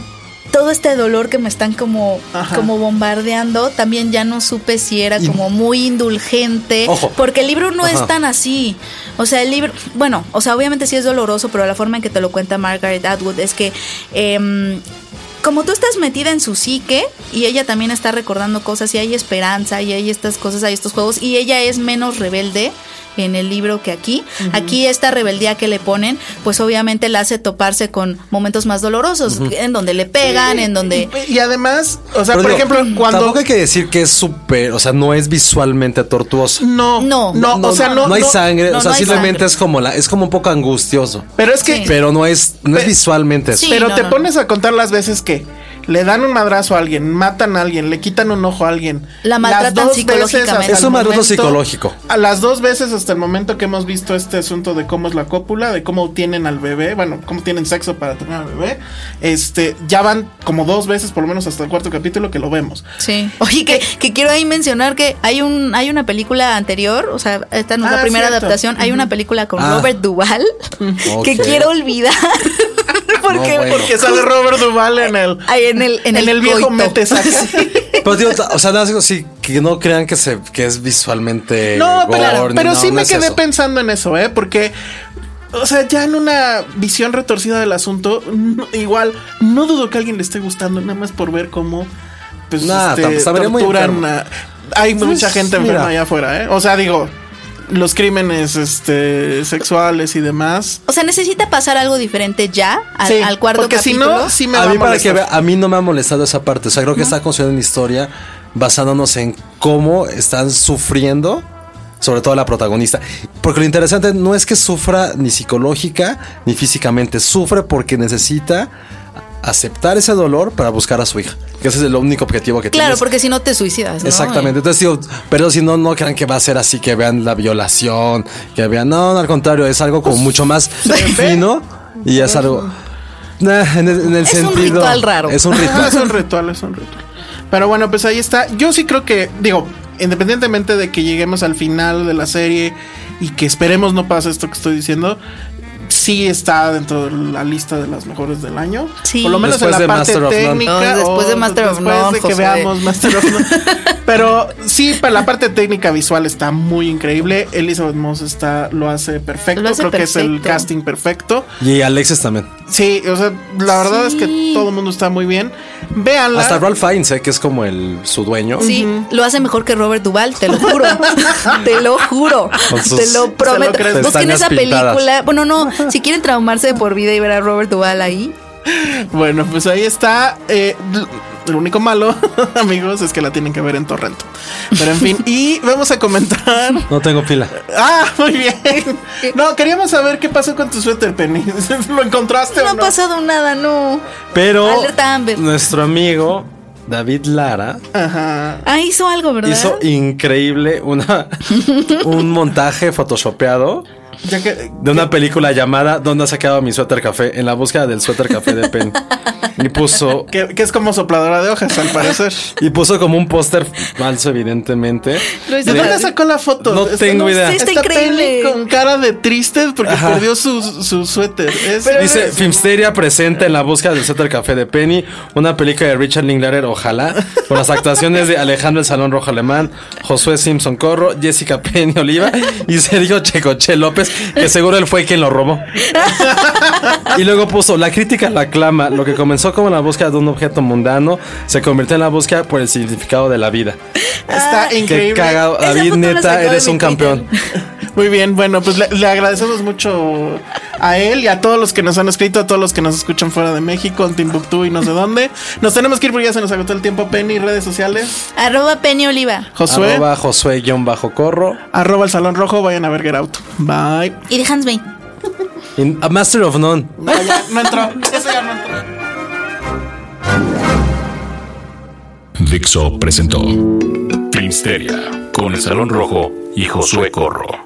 S5: todo este dolor que me están como,
S2: Ajá.
S5: como bombardeando, también ya no supe si era como muy indulgente.
S3: Ojo.
S5: Porque el libro no
S3: Ajá.
S5: es tan así. O sea, el libro, bueno, o sea, obviamente sí es doloroso, pero la forma en que te lo cuenta Margaret Atwood es que em, como tú estás metida en su psique y ella también está recordando cosas y hay esperanza y hay estas cosas, hay estos juegos y ella es menos rebelde en el libro que aquí. Aquí esta rebeldía que le ponen, pues obviamente la hace toparse con momentos más dolorosos, en donde le pegan, en donde...
S2: Y, y además, o sea,
S3: Pero
S2: por
S3: digo,
S2: ejemplo, cuando.
S3: Tampoco hay que decir que es súper, o sea, no es visualmente tortuoso.
S2: No,
S5: No.
S2: no, o sea, no,
S3: hay sangre,
S5: no,
S3: o sea,
S5: no hay
S3: simplemente
S5: sangre.
S3: es como la, es como un poco angustioso.
S2: Pero es que
S5: Sí.
S3: Pero no es, no es
S2: Pe-
S3: visualmente eso.
S5: Sí.
S2: Pero
S5: no,
S2: te
S5: no,
S2: pones a contar las veces que
S6: le dan un madrazo a alguien, matan a alguien, le quitan un ojo a alguien.
S5: La
S6: Las
S5: maltratan
S6: dos veces
S5: psicológicamente.
S6: hasta
S5: Es
S3: un
S6: el
S3: maltrato psicológico.
S6: A las dos veces hasta el momento que hemos visto este asunto de cómo es la cópula, de cómo tienen al bebé, bueno, cómo tienen sexo para tener al bebé, este, ya van como dos veces por lo menos hasta el cuarto capítulo que lo vemos.
S5: Sí. Oye, que, que quiero ahí mencionar que hay un hay una película anterior, o sea, esta no es
S6: Ah,
S5: la primera
S6: cierto.
S5: adaptación, hay una película con
S3: Ah.
S5: Robert Duvall
S3: Ok.
S5: que quiero olvidar. porque
S3: No, bueno.
S6: Que sale Robert Duval en el
S5: Ay, en el en,
S6: en el viejo
S5: coito.
S6: mete saca.
S3: Pero digo, o sea, nada más digo, sí, que no crean que, se, que es visualmente.
S6: No,
S3: gore,
S6: pero,
S3: ni
S6: pero
S3: nada,
S6: sí
S3: no
S6: me
S3: es
S6: quedé
S3: eso.
S6: pensando en eso, ¿eh? Porque, o sea, ya en una visión retorcida del asunto, no- igual, no dudo que a alguien le esté gustando, nada más por ver cómo, pues,
S3: Nah,
S6: este,
S3: tam- estaría muy
S6: torturan
S3: enfermo. Pues,
S6: a- Hay mucha gente enferma
S3: mira.
S6: allá afuera, ¿eh? O sea, digo, los crímenes este, sexuales y demás.
S5: O sea, necesita pasar algo diferente ya al,
S6: Sí,
S5: al cuarto
S6: porque
S5: capítulo.
S6: si no, sí me va
S3: a mí,
S6: a
S3: para que
S6: molestar.
S3: vea, a mí no me ha molestado esa parte. O sea, creo que está construyendo una historia basándonos en cómo están sufriendo, sobre todo la protagonista. Porque lo interesante no es que sufra ni psicológica ni físicamente, sufre porque necesita aceptar ese dolor para buscar a su hija. Que ese es el único objetivo que tiene.
S5: Claro, porque si no te suicidas. ¿no?
S3: Exactamente. Entonces, digo, pero si no, no crean que va a ser así, que vean la violación, que vean. No, no, al contrario, es algo
S6: Pues,
S3: como mucho más fino y es algo. Nah, en el, en el
S5: Es un
S3: sentido.
S5: ritual raro.
S3: Es un
S6: Ah, es
S3: ritual.
S6: un ritual, es un ritual. Pero bueno, pues ahí está. Yo sí creo que, digo, independientemente de que lleguemos al final de la serie y que esperemos no pase esto que estoy diciendo, sí está dentro de la lista de las mejores del año.
S5: Sí.
S6: Por lo menos
S3: Después
S6: en
S3: de
S6: la parte
S3: Master of None.
S6: técnica.
S5: Ay, después
S6: o
S5: de Master of
S6: después
S5: None,
S6: de que
S5: José.
S6: veamos Master of None. Pero sí, para la parte técnica visual está muy increíble. Elizabeth Moss está, lo hace perfecto.
S5: Lo hace
S6: creo que es el
S5: perfecto.
S6: casting perfecto.
S3: Y Alexis también.
S6: Sí, o sea, la verdad es que todo el mundo está muy bien. Véanla.
S3: Hasta Ralph Fiennes, eh, que es como el su dueño.
S5: Sí, lo hace mejor que Robert Duvall, te lo juro. te lo juro.
S3: Con sus-
S5: te lo prometo.
S6: Se lo crees.
S5: Busquen
S3: Pestañas
S5: esa
S3: pintadas.
S5: película. Bueno, no, si quieren traumarse de por vida y ver a Robert Duvall ahí.
S6: Bueno, pues ahí está. eh, lo único malo, amigos, es que la tienen que ver en Torrento. Pero en fin, y vamos a comentar.
S3: No tengo pila.
S6: Ah, muy bien. No, queríamos saber qué pasó con tu suéter, Penny. ¿Lo encontraste
S5: No
S6: o
S5: ha
S6: no?
S5: pasado nada, no.
S3: Pero
S5: Alerta Amber.
S3: nuestro amigo David Lara
S5: Ah, hizo algo, ¿verdad?
S3: hizo increíble una, un montaje photoshopeado
S6: Ya que-
S3: de una película llamada ¿Dónde ha sacado mi suéter café? En la búsqueda del suéter café de Penny. Y puso
S6: que, que es como sopladora de hojas, al parecer.
S3: Y puso como un póster falso, evidentemente.
S5: Lo hizo
S3: De-
S6: ¿De dónde sacó la foto? Este,
S3: No tengo idea.
S5: Sí, está increíble.
S6: Penny con cara de triste porque
S3: Ajá.
S6: perdió su, su suéter. Es-
S3: Dice Filmsteria presenta en la búsqueda del suéter café de Penny una película de Richard Linklater, ojalá, con las actuaciones de Alejandro el Salón Rojo Alemán, Josué Simpson Corro, Jessica Penny Oliva y Sergio Checoche López, que seguro él fue quien lo robó. Y luego puso la crítica la aclama, lo que comenzó como la búsqueda de un objeto mundano se convirtió en la búsqueda por el significado de la vida.
S6: está increíble.
S3: Qué cagado,
S5: Ah, Esa
S3: David,
S5: foto la sacó
S3: neta,
S5: de
S3: eres
S5: mi
S3: un
S5: Twitter.
S3: campeón.
S6: Muy bien, bueno, pues le, le agradecemos mucho a él y a todos los que nos han escrito, a todos los que nos escuchan fuera de México, en Timbuktu y no sé dónde. Nos tenemos que ir porque ya se nos agotó el tiempo. Penny, redes sociales.
S5: Arroba Penny Oliva.
S6: Josué, arroba,
S3: Arroba Josué-corro.
S6: el Salón Rojo, vayan a ver Get Out. Bye.
S5: Y de Hans Bay.
S3: In- a Master of None.
S6: No, ya, no entró. Eso ya no entró.
S1: Dixo presentó Filmsteria con el Salón Rojo y Josué Corro.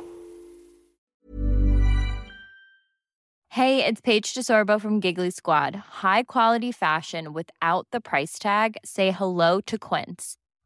S2: Hey, it's Paige DeSorbo from Giggly Squad. High quality fashion without the price tag. Say hello to Quince.